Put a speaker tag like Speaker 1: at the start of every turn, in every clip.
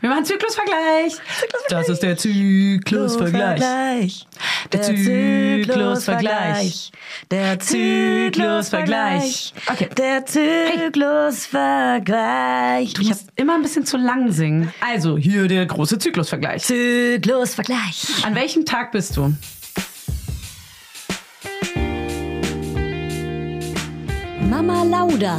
Speaker 1: Wir machen Zyklusvergleich.
Speaker 2: Das ist der Zyklusvergleich.
Speaker 1: Der Zyklusvergleich.
Speaker 3: Der Zyklusvergleich.
Speaker 1: Okay.
Speaker 3: Der Zyklusvergleich.
Speaker 1: Du musst immer ein bisschen zu lang singen. Also, hier der große Zyklusvergleich.
Speaker 3: Zyklusvergleich.
Speaker 1: An welchem Tag bist du?
Speaker 3: Mama Lauda.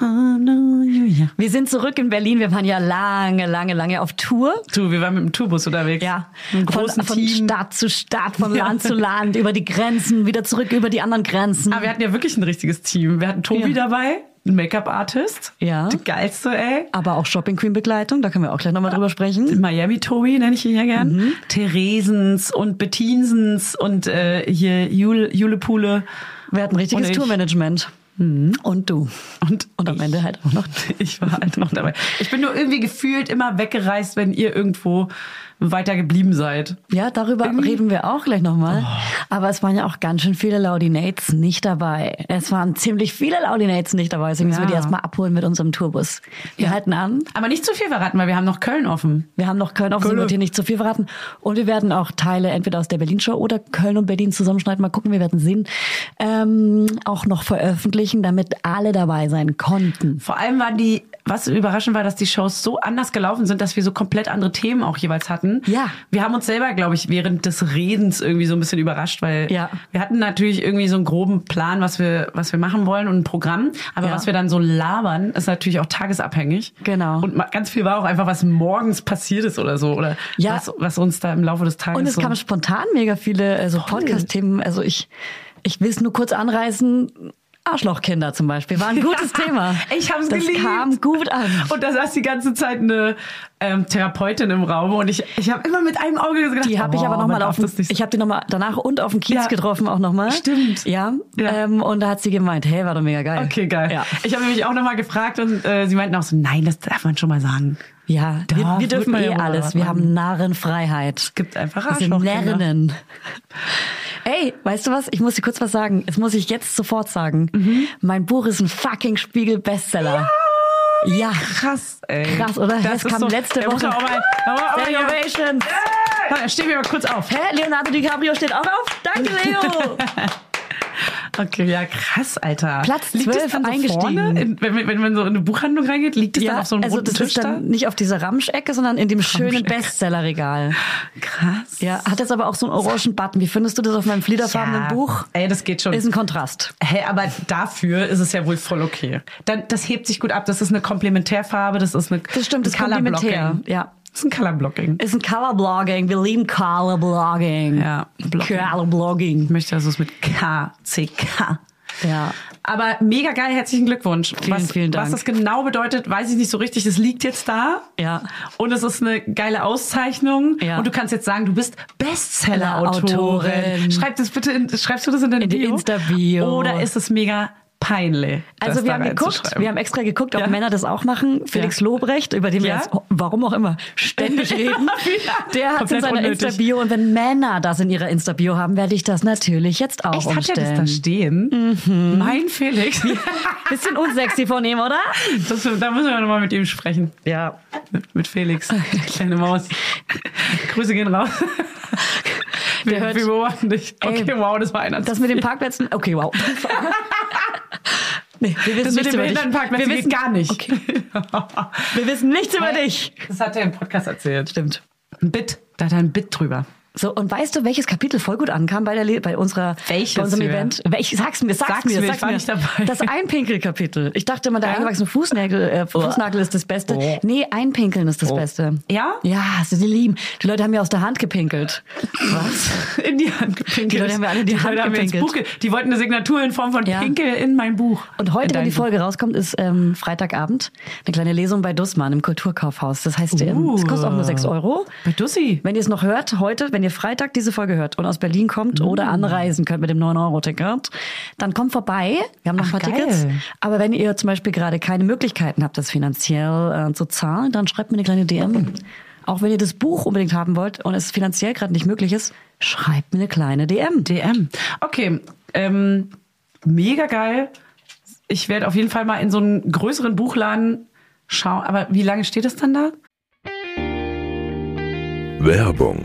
Speaker 1: Hallo, Julia.
Speaker 3: Wir sind zurück in Berlin. Wir waren ja lange, lange, lange auf Tour.
Speaker 1: Du, wir waren mit dem Tourbus unterwegs.
Speaker 3: Ja,
Speaker 1: Mit einem
Speaker 3: von,
Speaker 1: großen
Speaker 3: von
Speaker 1: Team.
Speaker 3: Stadt zu Stadt, von
Speaker 1: Ja.
Speaker 3: Land zu Land, über die Grenzen, wieder zurück über die anderen Grenzen.
Speaker 1: Aber Ah, wir hatten ja wirklich ein richtiges Team. Wir hatten Tobi
Speaker 3: Ja.
Speaker 1: dabei, einen Make-up-Artist.
Speaker 3: Ja.
Speaker 1: Die geilste, ey.
Speaker 3: Aber auch Shopping Queen Begleitung, da können wir auch gleich nochmal drüber sprechen.
Speaker 1: Miami Tobi nenne ich ihn ja gern.
Speaker 3: Mhm.
Speaker 1: Theresens und Bettinsens und äh, hier Jule, Julepule.
Speaker 3: Wir hatten richtiges
Speaker 1: Und ich. Mhm.
Speaker 3: Tourmanagement. Und du.
Speaker 1: Und,
Speaker 3: Und am Ende halt auch noch.
Speaker 1: Ich war halt noch dabei. Ich bin nur irgendwie gefühlt immer weggereist, wenn ihr irgendwo weiter geblieben seid.
Speaker 3: Ja, darüber reden wir auch gleich nochmal.
Speaker 1: Oh.
Speaker 3: Aber es waren ja auch ganz schön viele Laudinates nicht dabei. Es waren ziemlich viele Laudinates nicht dabei, deswegen müssen wir
Speaker 1: Ja.
Speaker 3: die erstmal abholen mit unserem Tourbus. Wir halten an.
Speaker 1: Aber nicht zu viel verraten, weil wir haben noch Köln offen.
Speaker 3: Wir haben noch Köln offen,
Speaker 1: Köln.
Speaker 3: wird hier nicht zu viel verraten. Und wir werden auch Teile entweder aus der Berlin-Show oder Köln und Berlin zusammenschneiden. Mal gucken, wir werden sehen. Ähm, auch noch veröffentlichen, damit alle dabei sein konnten.
Speaker 1: Vor allem war die, was überraschend war, dass die Shows so anders gelaufen sind, dass wir so komplett andere Themen auch jeweils hatten.
Speaker 3: Ja.
Speaker 1: Wir haben uns selber, glaube ich, während des Redens irgendwie so ein bisschen überrascht, weil
Speaker 3: Ja.
Speaker 1: wir hatten natürlich irgendwie so einen groben Plan, was wir, was wir machen wollen und ein Programm. Aber
Speaker 3: Ja.
Speaker 1: was wir dann so labern, ist natürlich auch tagesabhängig.
Speaker 3: Genau.
Speaker 1: Und ma- ganz viel war auch einfach, was morgens passiert ist oder so. Oder
Speaker 3: Ja.
Speaker 1: was, was uns da im Laufe des Tages
Speaker 3: Und es
Speaker 1: so
Speaker 3: kamen spontan mega viele äh, so Podcast-Themen. Also ich, ich will es nur kurz anreißen. Arschlochkinder zum Beispiel war ein gutes Thema.
Speaker 1: Ich hab's
Speaker 3: das
Speaker 1: geliebt.
Speaker 3: kam gut an.
Speaker 1: Und da saß die ganze Zeit eine ähm, Therapeutin im Raum und ich, ich habe immer mit einem Auge gedacht,
Speaker 3: Die habe ich
Speaker 1: boah,
Speaker 3: aber
Speaker 1: man
Speaker 3: nochmal
Speaker 1: Oh, darf
Speaker 3: auf den,
Speaker 1: das nicht
Speaker 3: ich habe die nochmal danach und auf dem Kiez
Speaker 1: Ja.
Speaker 3: getroffen auch nochmal.
Speaker 1: Stimmt.
Speaker 3: Ja.
Speaker 1: Ja.
Speaker 3: Ähm, und da hat sie gemeint, hey, war doch mega geil.
Speaker 1: Okay, geil.
Speaker 3: Ja.
Speaker 1: Ich habe nämlich auch nochmal gefragt und äh, sie meinten auch so, nein, das darf man schon mal sagen.
Speaker 3: Ja,
Speaker 1: Da
Speaker 3: wir, wir
Speaker 1: wird
Speaker 3: dürfen
Speaker 1: man
Speaker 3: eh
Speaker 1: ja wohl
Speaker 3: alles.
Speaker 1: was
Speaker 3: Wir
Speaker 1: machen.
Speaker 3: haben Narrenfreiheit.
Speaker 1: Gibt einfach
Speaker 3: Wir sind
Speaker 1: Arschlochkinder.
Speaker 3: Närrinnen. Ey, weißt du was? Ich muss dir kurz was sagen. Das muss ich jetzt sofort sagen.
Speaker 1: Mhm.
Speaker 3: Mein Buch ist ein fucking Spiegel-Bestseller. Ja.
Speaker 1: Krass, ey.
Speaker 3: Krass, oder? Das
Speaker 1: ist
Speaker 3: kam letzte
Speaker 1: da muss
Speaker 3: Woche.
Speaker 1: man Auch mal, da muss man auch mal, hier-
Speaker 3: Celebrations.
Speaker 1: Komm, Stehen wir mal kurz auf.
Speaker 3: Hä? Leonardo DiCaprio steht auch auf? Danke, Leo.
Speaker 1: Okay, ja, krass, Alter.
Speaker 3: Platz
Speaker 1: liegt es
Speaker 3: 12
Speaker 1: dann so
Speaker 3: eingestiegen.
Speaker 1: vorne, in, wenn, wenn man so in eine Buchhandlung reingeht, liegt es dann auf so einem
Speaker 3: also
Speaker 1: roten
Speaker 3: das
Speaker 1: Tisch
Speaker 3: ist dann nicht auf dieser Ramschecke, sondern in dem schönen
Speaker 1: Ramschecke.
Speaker 3: Bestsellerregal.
Speaker 1: da? Krass.
Speaker 3: Ja, hat jetzt aber auch so einen orangen Button. Wie findest du das auf meinem fliederfarbenen
Speaker 1: Ja.
Speaker 3: Buch?
Speaker 1: Ey, das geht schon.
Speaker 3: Ist ein Kontrast.
Speaker 1: Hä, aber dafür ist es ja wohl voll okay. Dann, das hebt sich gut ab. Das ist eine Komplementärfarbe, das ist eine
Speaker 3: Das stimmt, das
Speaker 1: ein Color
Speaker 3: Komplementär,
Speaker 1: Blocking.
Speaker 3: ja.
Speaker 1: Das ist ein Color Blocking.
Speaker 3: Ist ein Color-Blogging. Wir lieben Color-Blogging.
Speaker 1: Ja, Blocking. Ich
Speaker 3: Color-Blogging.
Speaker 1: möchte, dass es mit K, C, K.
Speaker 3: Ja.
Speaker 1: Aber mega geil, herzlichen Glückwunsch.
Speaker 3: Vielen,
Speaker 1: was,
Speaker 3: vielen Dank.
Speaker 1: Was das genau bedeutet, weiß ich nicht so richtig. Es liegt jetzt da.
Speaker 3: Ja.
Speaker 1: Und es ist eine geile Auszeichnung.
Speaker 3: Ja.
Speaker 1: Und du kannst jetzt sagen, du bist Bestseller-Autorin.
Speaker 3: Autorin.
Speaker 1: Schreib das bitte in, schreibst du das in dein
Speaker 3: In die
Speaker 1: Bio?
Speaker 3: Insta-Bio.
Speaker 1: Oder ist es mega peinlich?
Speaker 3: Also
Speaker 1: das
Speaker 3: wir
Speaker 1: da
Speaker 3: haben geguckt,
Speaker 1: reinzuschreiben?
Speaker 3: wir haben extra geguckt, ob
Speaker 1: Ja.
Speaker 3: Männer das auch machen. Felix Lobrecht, über den wir
Speaker 1: Ja.
Speaker 3: jetzt, warum auch immer, ständig reden,
Speaker 1: Ja.
Speaker 3: der hat in
Speaker 1: Komplett
Speaker 3: seiner
Speaker 1: unnötig.
Speaker 3: Insta-Bio. Und wenn Männer das in ihrer Insta-Bio haben, werde ich das natürlich jetzt auch
Speaker 1: Echt, hat er
Speaker 3: umstellen. Mhm.
Speaker 1: das da stehen? Mein Felix.
Speaker 3: Bisschen unsexy von ihm, oder?
Speaker 1: Das, da müssen wir nochmal mit ihm sprechen.
Speaker 3: Ja.
Speaker 1: Mit, mit Felix, die kleine Maus. Grüße gehen raus. Wir,
Speaker 3: Der hört-
Speaker 1: wir beobachten dich. Okay,
Speaker 3: Ey,
Speaker 1: wow, das war einer.
Speaker 3: Das
Speaker 1: zu
Speaker 3: mit den
Speaker 1: viel.
Speaker 3: Parkplätzen, okay, wow. nee, wir wissen
Speaker 1: das mit
Speaker 3: nichts
Speaker 1: dem
Speaker 3: über dich.
Speaker 1: Behindertenparkplatz
Speaker 3: Wir
Speaker 1: geht
Speaker 3: wissen,
Speaker 1: gar nicht.
Speaker 3: Okay. wir wissen nichts über dich.
Speaker 1: Das hat er im Podcast erzählt.
Speaker 3: Stimmt.
Speaker 1: Ein Bit, da hat er ein Bit drüber.
Speaker 3: So, und weißt du, welches Kapitel voll gut ankam bei, der, Le- bei, unserer,
Speaker 1: Welches,
Speaker 3: bei unserem
Speaker 1: Julia?
Speaker 3: Event? Ich sag's mir, sag's,
Speaker 1: Sag's
Speaker 3: mir,
Speaker 1: mir,
Speaker 3: sag's
Speaker 1: ich war
Speaker 3: mir.
Speaker 1: nicht dabei.
Speaker 3: Das Einpinkelkapitel. Ich dachte immer, der
Speaker 1: Ja?
Speaker 3: eingewachsene Fußnägel, äh, Fußnagel ist das Beste.
Speaker 1: Oh.
Speaker 3: Nee, Einpinkeln ist das Beste.
Speaker 1: Ja?
Speaker 3: Ja, sie sie lieben. Die Leute haben mir aus der Hand gepinkelt.
Speaker 1: Was? In die Hand gepinkelt.
Speaker 3: Die Leute haben mir alle in die Hand
Speaker 1: Leute haben mir ins
Speaker 3: gepinkelt.
Speaker 1: Buch ge die wollten eine Signatur in Form von
Speaker 3: Ja.
Speaker 1: Pinkel in mein Buch.
Speaker 3: Und
Speaker 1: In
Speaker 3: heute, wenn
Speaker 1: dein
Speaker 3: die
Speaker 1: Buch.
Speaker 3: Folge rauskommt, ist ähm, Freitagabend eine kleine Lesung
Speaker 1: Uh.
Speaker 3: bei Dussmann im Kulturkaufhaus. Das heißt, ähm, es kostet auch nur 6 Euro.
Speaker 1: Bei Dussi.
Speaker 3: Wenn ihr es noch hört, heute, wenn ihr ihr Freitag diese Folge hört und aus Berlin
Speaker 1: Mm.
Speaker 3: kommt oder anreisen könnt mit dem 9-Euro-Ticket, dann kommt vorbei. Wir haben noch
Speaker 1: Ach,
Speaker 3: ein paar
Speaker 1: geil.
Speaker 3: Tickets. Aber wenn ihr zum Beispiel gerade keine Möglichkeiten habt, das finanziell äh, zu zahlen, dann schreibt mir eine kleine DM. Auch wenn ihr das Buch unbedingt haben wollt und es finanziell gerade nicht möglich ist, schreibt mir eine kleine DM.
Speaker 1: DM. Okay, ähm, mega geil. Ich werde auf jeden Fall mal in so einen größeren Buchladen schauen. Aber wie lange steht das dann da?
Speaker 4: Werbung.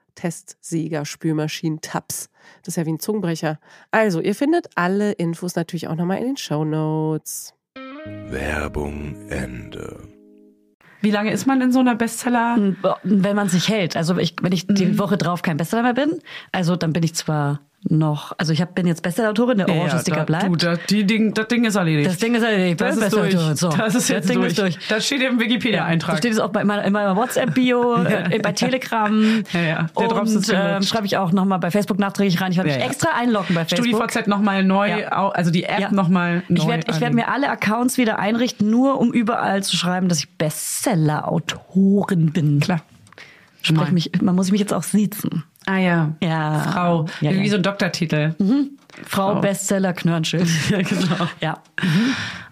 Speaker 5: Testsieger, Spülmaschinen, Tabs. Das ist ja wie ein Zungenbrecher. Also, ihr findet alle Infos natürlich auch nochmal in den Show Notes.
Speaker 4: Werbung Ende.
Speaker 1: Wie lange ist man in so einer Bestseller?
Speaker 3: äh, Wenn man sich hält. Also ich, wenn ich
Speaker 1: Mm.
Speaker 3: die Woche drauf kein Bestseller mehr bin, also dann bin ich zwar noch, also ich hab, bin jetzt Bestsellerautorin, der Orangensticker
Speaker 1: da,
Speaker 3: bleibt.
Speaker 1: Du, da, die Ding, das Ding ist erledigt.
Speaker 3: das Ding ist erledigt.
Speaker 1: das
Speaker 3: bin
Speaker 1: ist
Speaker 3: Bestsellerautorin.
Speaker 1: durch.
Speaker 3: So,
Speaker 1: Das ist jetzt
Speaker 3: das Ding
Speaker 1: durch.
Speaker 3: ist durch.
Speaker 1: Das steht im
Speaker 3: So
Speaker 1: Wikipedia-Eintrag.
Speaker 3: steht es auch bei, in meiner, in meiner WhatsApp-Bio, äh, bei Telegram.
Speaker 1: Ja, ja, der Drops
Speaker 3: und
Speaker 1: ist gelöscht.
Speaker 3: ähm, schreibe ich auch nochmal bei Facebook nachträglich rein. Ich werde
Speaker 1: Ja,
Speaker 3: mich
Speaker 1: ja.
Speaker 3: extra einloggen bei Facebook.
Speaker 1: StudiVZ nochmal neu,
Speaker 3: Ja.
Speaker 1: au- also die App nochmal neu.
Speaker 3: ich werde ich werd
Speaker 1: anlegen.
Speaker 3: mir alle Accounts wieder einrichten, nur um überall zu schreiben, dass ich Bestseller-Autorin bin.
Speaker 1: Klar.
Speaker 3: Sprech
Speaker 1: Mal.
Speaker 3: mich, man muss mich jetzt auch siezen.
Speaker 1: Ah ja.
Speaker 3: Ja.
Speaker 1: Frau.
Speaker 3: Ja,
Speaker 1: Wie
Speaker 3: ja.
Speaker 1: so ein Doktortitel.
Speaker 3: Frau Bestseller Knörnschild.
Speaker 1: Ja, genau.
Speaker 3: ja.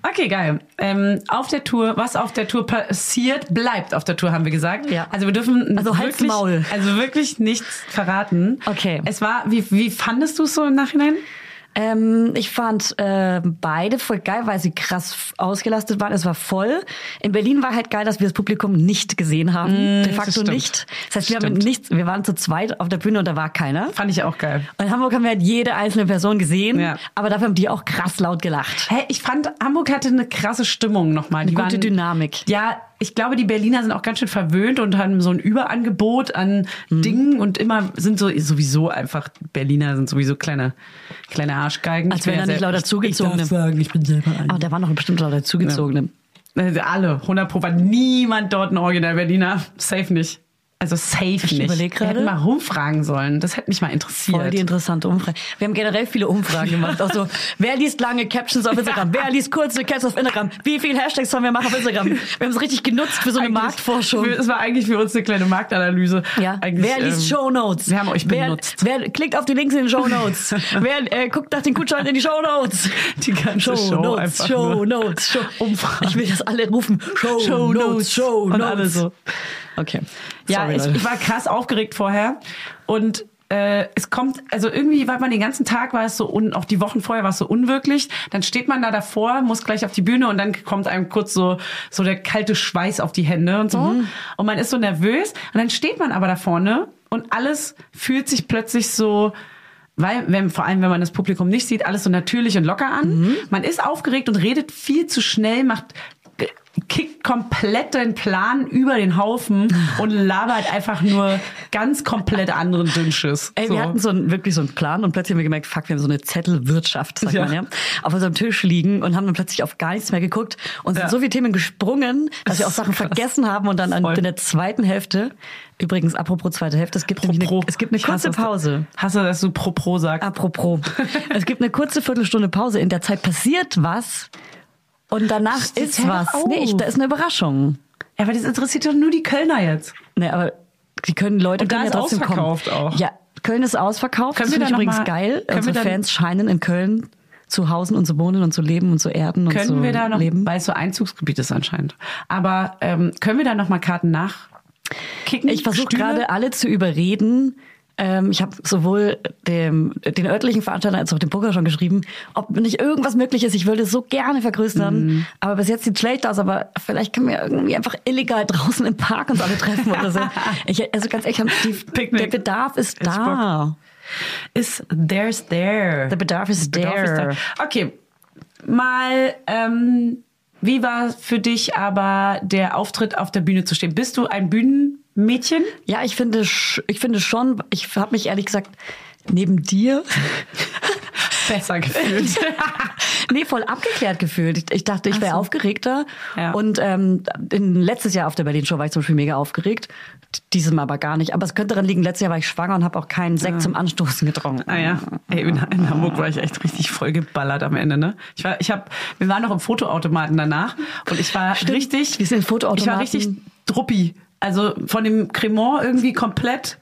Speaker 1: Okay, geil. Ähm, auf der Tour, was auf der Tour passiert, bleibt auf der Tour, haben wir gesagt.
Speaker 3: Ja.
Speaker 1: Also wir dürfen
Speaker 3: Also halt's
Speaker 1: wirklich,
Speaker 3: Maul.
Speaker 1: also wirklich nichts verraten.
Speaker 3: Okay.
Speaker 1: Es war, wie, wie fandest du es so im Nachhinein?
Speaker 3: Ähm, ich fand äh, beide voll geil, weil sie krass f- ausgelastet waren. Es war voll. In Berlin war halt geil, dass wir das Publikum nicht gesehen haben. de
Speaker 1: Mm,
Speaker 3: facto
Speaker 1: stimmt.
Speaker 3: nicht. Das heißt, wir haben
Speaker 1: Stimmt.
Speaker 3: nichts, wir waren zu zweit auf der Bühne und da war keiner.
Speaker 1: Fand ich auch geil.
Speaker 3: Und in Hamburg haben wir halt jede einzelne Person gesehen,
Speaker 1: Ja.
Speaker 3: aber dafür haben die auch krass laut gelacht.
Speaker 1: Hey, ich fand, Hamburg hatte eine krasse Stimmung nochmal. Die
Speaker 3: Eine gute Dynamik.
Speaker 1: Ja, ich glaube, die Berliner sind auch ganz schön verwöhnt und haben so ein Überangebot an
Speaker 3: Mhm.
Speaker 1: Dingen und immer sind so sowieso einfach, Berliner sind sowieso kleine, kleine Arschgeigen.
Speaker 3: Als
Speaker 1: Ich bin
Speaker 3: wären da nicht
Speaker 1: sehr-
Speaker 3: lauter Zugezogene.
Speaker 1: sagen, ich bin selber ein.
Speaker 3: Aber da waren noch bestimmt lauter zugezogene.
Speaker 1: Also alle, 100 Pro, war niemand dort ein Original Berliner. Safe nicht. Also safe nicht.
Speaker 3: überleg
Speaker 1: Wir
Speaker 3: gerade.
Speaker 1: hätten mal rumfragen sollen. Das hätte mich mal interessiert.
Speaker 3: Voll die interessante Umfrage. Wir haben generell viele Umfragen gemacht. Auch so, wer liest lange Captions auf Instagram? Wer liest kurze Captions auf Instagram? Wie viele Hashtags sollen wir machen auf Instagram? Wir haben es richtig genutzt für so eine
Speaker 1: Eigentlich-
Speaker 3: Marktforschung.
Speaker 1: für- Es war eigentlich für uns eine kleine Marktanalyse.
Speaker 3: Ja.
Speaker 1: Eigentlich,
Speaker 3: wer liest
Speaker 1: ähm,
Speaker 3: Shownotes?
Speaker 1: wir haben euch
Speaker 3: wer,
Speaker 1: benutzt.
Speaker 3: Wer klickt auf die Links in den Shownotes? wer äh, guckt nach den Gutscheinen in die Shownotes?
Speaker 1: Die ganze Show
Speaker 3: Shownotes,
Speaker 1: einfach
Speaker 3: Shownotes, Show.
Speaker 1: Umfragen.
Speaker 3: Ich will, dass alle rufen Shownotes, Shownotes.
Speaker 1: Shownotes und alle so.
Speaker 3: Okay.
Speaker 1: Ja,
Speaker 3: Sorry,
Speaker 1: ich,
Speaker 3: Leute.
Speaker 1: ich war krass aufgeregt vorher und äh, es kommt, also irgendwie war man den ganzen Tag, war es so, und auch die Wochen vorher war es so unwirklich. Dann steht man da davor, muss gleich auf die Bühne und dann kommt einem kurz so, so der kalte Schweiß auf die Hände und so.
Speaker 3: Mhm.
Speaker 1: Und man ist so nervös. Und dann steht man aber da vorne und alles fühlt sich plötzlich so, weil, wenn, vor allem, wenn man das Publikum nicht sieht, alles so natürlich und locker an.
Speaker 3: Mhm.
Speaker 1: Man ist aufgeregt und redet viel zu schnell, macht äh, kickt komplett den Plan über den Haufen und labert einfach nur ganz komplett anderen Dünnschiss.
Speaker 3: Ey, wir hatten so einen, wirklich so einen Plan und plötzlich haben wir gemerkt, fuck, wir haben so eine Zettelwirtschaft, sagt
Speaker 1: Ja.
Speaker 3: man ja, auf unserem Tisch liegen und haben dann plötzlich auf gar nichts mehr geguckt und sind
Speaker 1: Ja.
Speaker 3: so viele Themen gesprungen, dass wir auch
Speaker 1: Das ist
Speaker 3: Sachen
Speaker 1: krass.
Speaker 3: vergessen haben und dann an,
Speaker 1: Voll.
Speaker 3: in der zweiten Hälfte, übrigens apropos zweite Hälfte, es gibt, nämlich eine, es gibt eine kurze
Speaker 1: Hast du-
Speaker 3: Pause.
Speaker 1: Hast du, dass du pro pro sagst?
Speaker 3: Apropos, es gibt eine kurze Viertelstunde Pause, in der Zeit passiert was und danach ist
Speaker 1: hör
Speaker 3: was.
Speaker 1: doch auf.
Speaker 3: Nee, ich, da ist eine Überraschung.
Speaker 1: Ja, aber das interessiert doch nur die Kölner jetzt.
Speaker 3: Nee, aber die können Leute
Speaker 1: Und da
Speaker 3: können ja
Speaker 1: ist
Speaker 3: trotzdem
Speaker 1: ausverkauft
Speaker 3: kommen.
Speaker 1: auch.
Speaker 3: Ja, Köln ist ausverkauft.
Speaker 1: Können
Speaker 3: das
Speaker 1: wir
Speaker 3: finde ich
Speaker 1: da noch
Speaker 3: übrigens
Speaker 1: mal-
Speaker 3: geil.
Speaker 1: können wir
Speaker 3: Unsere
Speaker 1: dann-
Speaker 3: Fans scheinen in Köln zu hausen und zu wohnen und zu leben und zu erden und
Speaker 1: Können
Speaker 3: zu
Speaker 1: wir da noch,
Speaker 3: leben.
Speaker 1: weil es so Einzugsgebiet ist anscheinend. Aber ähm, können wir da noch mal Karten nachkicken?
Speaker 3: Ich versuche
Speaker 1: Stühle?
Speaker 3: gerade alle zu überreden. Ähm, ich habe sowohl dem, den örtlichen Veranstalter als auch dem Poker schon geschrieben, ob nicht irgendwas möglich ist. Ich würde es so gerne vergrößern.
Speaker 1: Mhm.
Speaker 3: Aber bis jetzt sieht schlecht aus, aber vielleicht können wir irgendwie einfach illegal draußen im Park uns alle treffen oder so. Ich, also ganz ehrlich, die,
Speaker 1: Picknick.
Speaker 3: der Bedarf ist
Speaker 1: It's
Speaker 3: da.
Speaker 1: Is there's there.
Speaker 3: Der Bedarf ist
Speaker 1: Bedarf ist
Speaker 3: there.
Speaker 1: da. Okay, mal, ähm, wie war für dich aber der Auftritt auf der Bühne zu stehen? Bist du ein Bühnenmädchen?
Speaker 3: Ja, ich finde, sch- ich finde schon, ich habe mich ehrlich gesagt neben dir
Speaker 1: Besser gefühlt.
Speaker 3: nee, voll abgeklärt gefühlt. Ich, ich dachte, ich wäre aufgeregter.
Speaker 1: Ja.
Speaker 3: Und ähm, in, letztes Jahr auf der Berlin Show war ich zum Beispiel mega aufgeregt. D- Dieses Mal aber gar nicht. Aber es könnte daran liegen, letztes Jahr war ich schwanger und habe auch keinen Sekt zum Anstoßen getrunken.
Speaker 1: Ah ja, Ey, in, in Hamburg war ich echt richtig vollgeballert am Ende, ne? Ich war, ich hab, wir waren noch im Fotoautomaten danach und ich war
Speaker 3: Stimmt,
Speaker 1: richtig,
Speaker 3: wir sind im
Speaker 1: ich
Speaker 3: Fotoautomaten.
Speaker 1: war richtig druppi. Also von dem Cremant irgendwie komplett.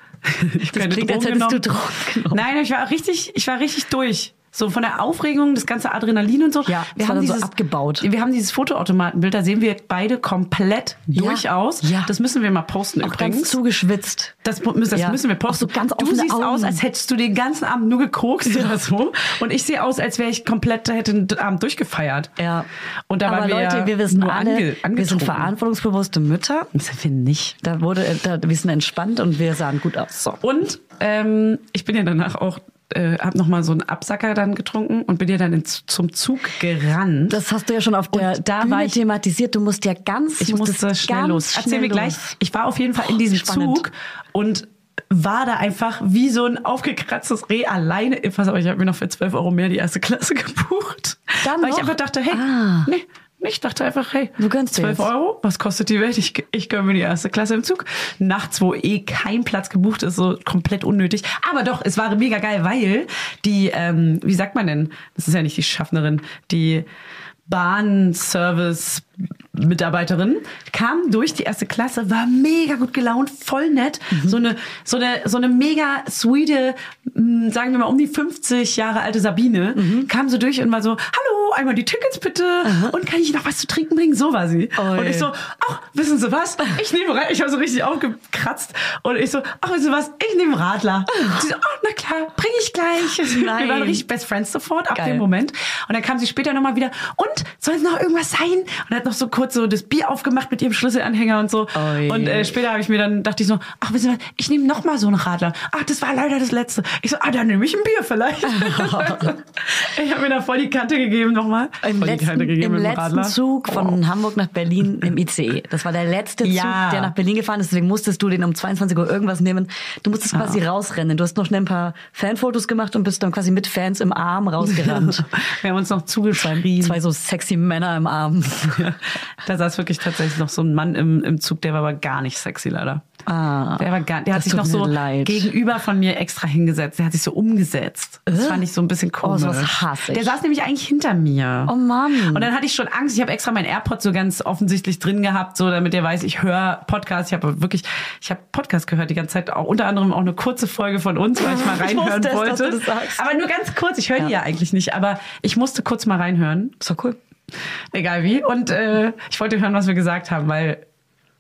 Speaker 1: Ich hab
Speaker 3: Das
Speaker 1: keine
Speaker 3: klingt, als
Speaker 1: Drogen
Speaker 3: hättest du
Speaker 1: genommen.
Speaker 3: Drogen genommen.
Speaker 1: Nein, ich war richtig, ich war richtig durch. So von der Aufregung, das ganze Adrenalin und so.
Speaker 3: Ja, das war dann so abgebaut.
Speaker 1: Wir haben dieses Fotoautomatenbild, da sehen wir beide komplett
Speaker 3: Ja,
Speaker 1: durchaus.
Speaker 3: ja.
Speaker 1: Das müssen wir mal posten
Speaker 3: Auch
Speaker 1: übrigens.
Speaker 3: ganz zugeschwitzt.
Speaker 1: Das, mu- das
Speaker 3: Ja.
Speaker 1: müssen wir
Speaker 3: Auch so
Speaker 1: posten.
Speaker 3: ganz
Speaker 1: du
Speaker 3: offene
Speaker 1: siehst
Speaker 3: Augen.
Speaker 1: aus, als hättest du den ganzen Abend nur gekokst oder so. Und ich sehe aus, als wäre ich komplett, hätte den Abend durchgefeiert.
Speaker 3: Ja.
Speaker 1: Und da
Speaker 3: Aber
Speaker 1: waren wir
Speaker 3: Leute,
Speaker 1: ja
Speaker 3: wir wissen
Speaker 1: nur
Speaker 3: alle,
Speaker 1: ange,
Speaker 3: wir sind
Speaker 1: angetrunken.
Speaker 3: verantwortungsbewusste Mütter.
Speaker 1: Das sind wir nicht.
Speaker 3: Da wurde, da, wir sind entspannt und wir sahen gut aus. So.
Speaker 1: Und ähm, ich bin ja danach auch, äh, hab noch mal so einen Absacker dann getrunken und bin ja dann ins- zum Zug gerannt.
Speaker 3: Das hast du ja schon auf der
Speaker 1: da
Speaker 3: Bühne
Speaker 1: war ich-
Speaker 3: thematisiert. Du musst ja ganz,
Speaker 1: ich
Speaker 3: musstest
Speaker 1: musste schnell
Speaker 3: ganz
Speaker 1: los. Erzähl
Speaker 3: schnell
Speaker 1: mir gleich.
Speaker 3: los.
Speaker 1: Ich war auf jeden Fall in diesem
Speaker 3: spannend.
Speaker 1: Zug und war da einfach wie so ein aufgekratztes Reh alleine. Ich weiß aber, ich habe mir noch für 12 Euro mehr die erste Klasse gebucht.
Speaker 3: Dann
Speaker 1: weil
Speaker 3: noch?
Speaker 1: ich einfach dachte, hey,
Speaker 3: Ah.
Speaker 1: nee, ich dachte einfach, hey,
Speaker 3: Du gönnst dir
Speaker 1: 12
Speaker 3: jetzt.
Speaker 1: Euro, was kostet die Welt? Ich, ich gönne mir die erste Klasse im Zug. Nachts, wo eh kein Platz gebucht ist, so komplett unnötig. Aber doch, es war mega geil, weil die, ähm, wie sagt man denn, das ist ja nicht die Schaffnerin, die Bahnservice Mitarbeiterin kam durch die erste Klasse, war mega gut gelaunt, voll nett, so eine so eine so eine mega sweete, mh, sagen wir mal um die 50 Jahre alte Sabine kam so durch und war so, hallo, einmal die Tickets bitte und kann ich noch was zu trinken bringen? So war sie.
Speaker 3: Oi.
Speaker 1: Und ich so, ach, wissen Sie was? Ich nehme Radler. Ich habe so richtig aufgekratzt. Und ich so, ach, wissen Sie was? Ich nehme Radler. Sie so, oh, na klar, bring ich gleich.
Speaker 3: Nein.
Speaker 1: Wir waren richtig Best Friends sofort ab
Speaker 3: Geil.
Speaker 1: dem Moment. Und dann kam sie später nochmal wieder, und, soll es noch irgendwas sein? Und hat noch so kurz so das Bier aufgemacht mit ihrem Schlüsselanhänger und so.
Speaker 3: Oi.
Speaker 1: Und äh, später habe ich mir dann, dachte ich so, ach, wissen Sie was? Ich nehme nochmal so einen Radler. Ach, das war leider das letzte. Ich so, ah, dann nehme ich ein Bier vielleicht. ich habe mir da voll die Kante gegeben nochmal.
Speaker 3: Im
Speaker 1: voll die
Speaker 3: letzten,
Speaker 1: Kante gegeben
Speaker 3: im
Speaker 1: mit dem
Speaker 3: letzten
Speaker 1: Radler.
Speaker 3: Zug von Hamburg nach Berlin im ICE. Das war der letzte
Speaker 1: Ja.
Speaker 3: Zug, der nach Berlin gefahren ist. Deswegen musstest du den um 22 Uhr irgendwas nehmen. Du musstest
Speaker 1: Ah.
Speaker 3: quasi rausrennen. Du hast noch schnell ein paar Fanfotos gemacht und bist dann quasi mit Fans im Arm rausgerannt.
Speaker 1: Wir haben uns noch zugeschrieben.
Speaker 3: Zwei so sexy Männer im Arm.
Speaker 1: Da saß wirklich tatsächlich noch so ein Mann im, im Zug, der war aber gar nicht sexy leider.
Speaker 3: Ah,
Speaker 1: der war gar, der hat
Speaker 3: das
Speaker 1: sich
Speaker 3: tut
Speaker 1: noch so
Speaker 3: mir leid.
Speaker 1: gegenüber von mir extra hingesetzt. Der hat sich so umgesetzt. Das
Speaker 3: Äh?
Speaker 1: fand ich so ein bisschen
Speaker 3: Oh,
Speaker 1: komisch.
Speaker 3: sowas hasse ich.
Speaker 1: Der saß nämlich eigentlich hinter mir.
Speaker 3: Oh Mann.
Speaker 1: Und dann hatte ich schon Angst. Ich habe extra meinen AirPod so ganz offensichtlich drin gehabt, so damit der weiß, ich höre Podcast. Ich habe wirklich, ich habe Podcast gehört die ganze Zeit, auch unter anderem auch eine kurze Folge von uns, weil ich mal
Speaker 3: Ich
Speaker 1: reinhören
Speaker 3: wusste es, dass
Speaker 1: wollte.
Speaker 3: du das sagst.
Speaker 1: Aber nur ganz kurz. Ich höre die ja eigentlich nicht, aber ich musste kurz mal reinhören.
Speaker 3: So cool.
Speaker 1: Egal wie. Und äh, ich wollte hören, was wir gesagt haben, weil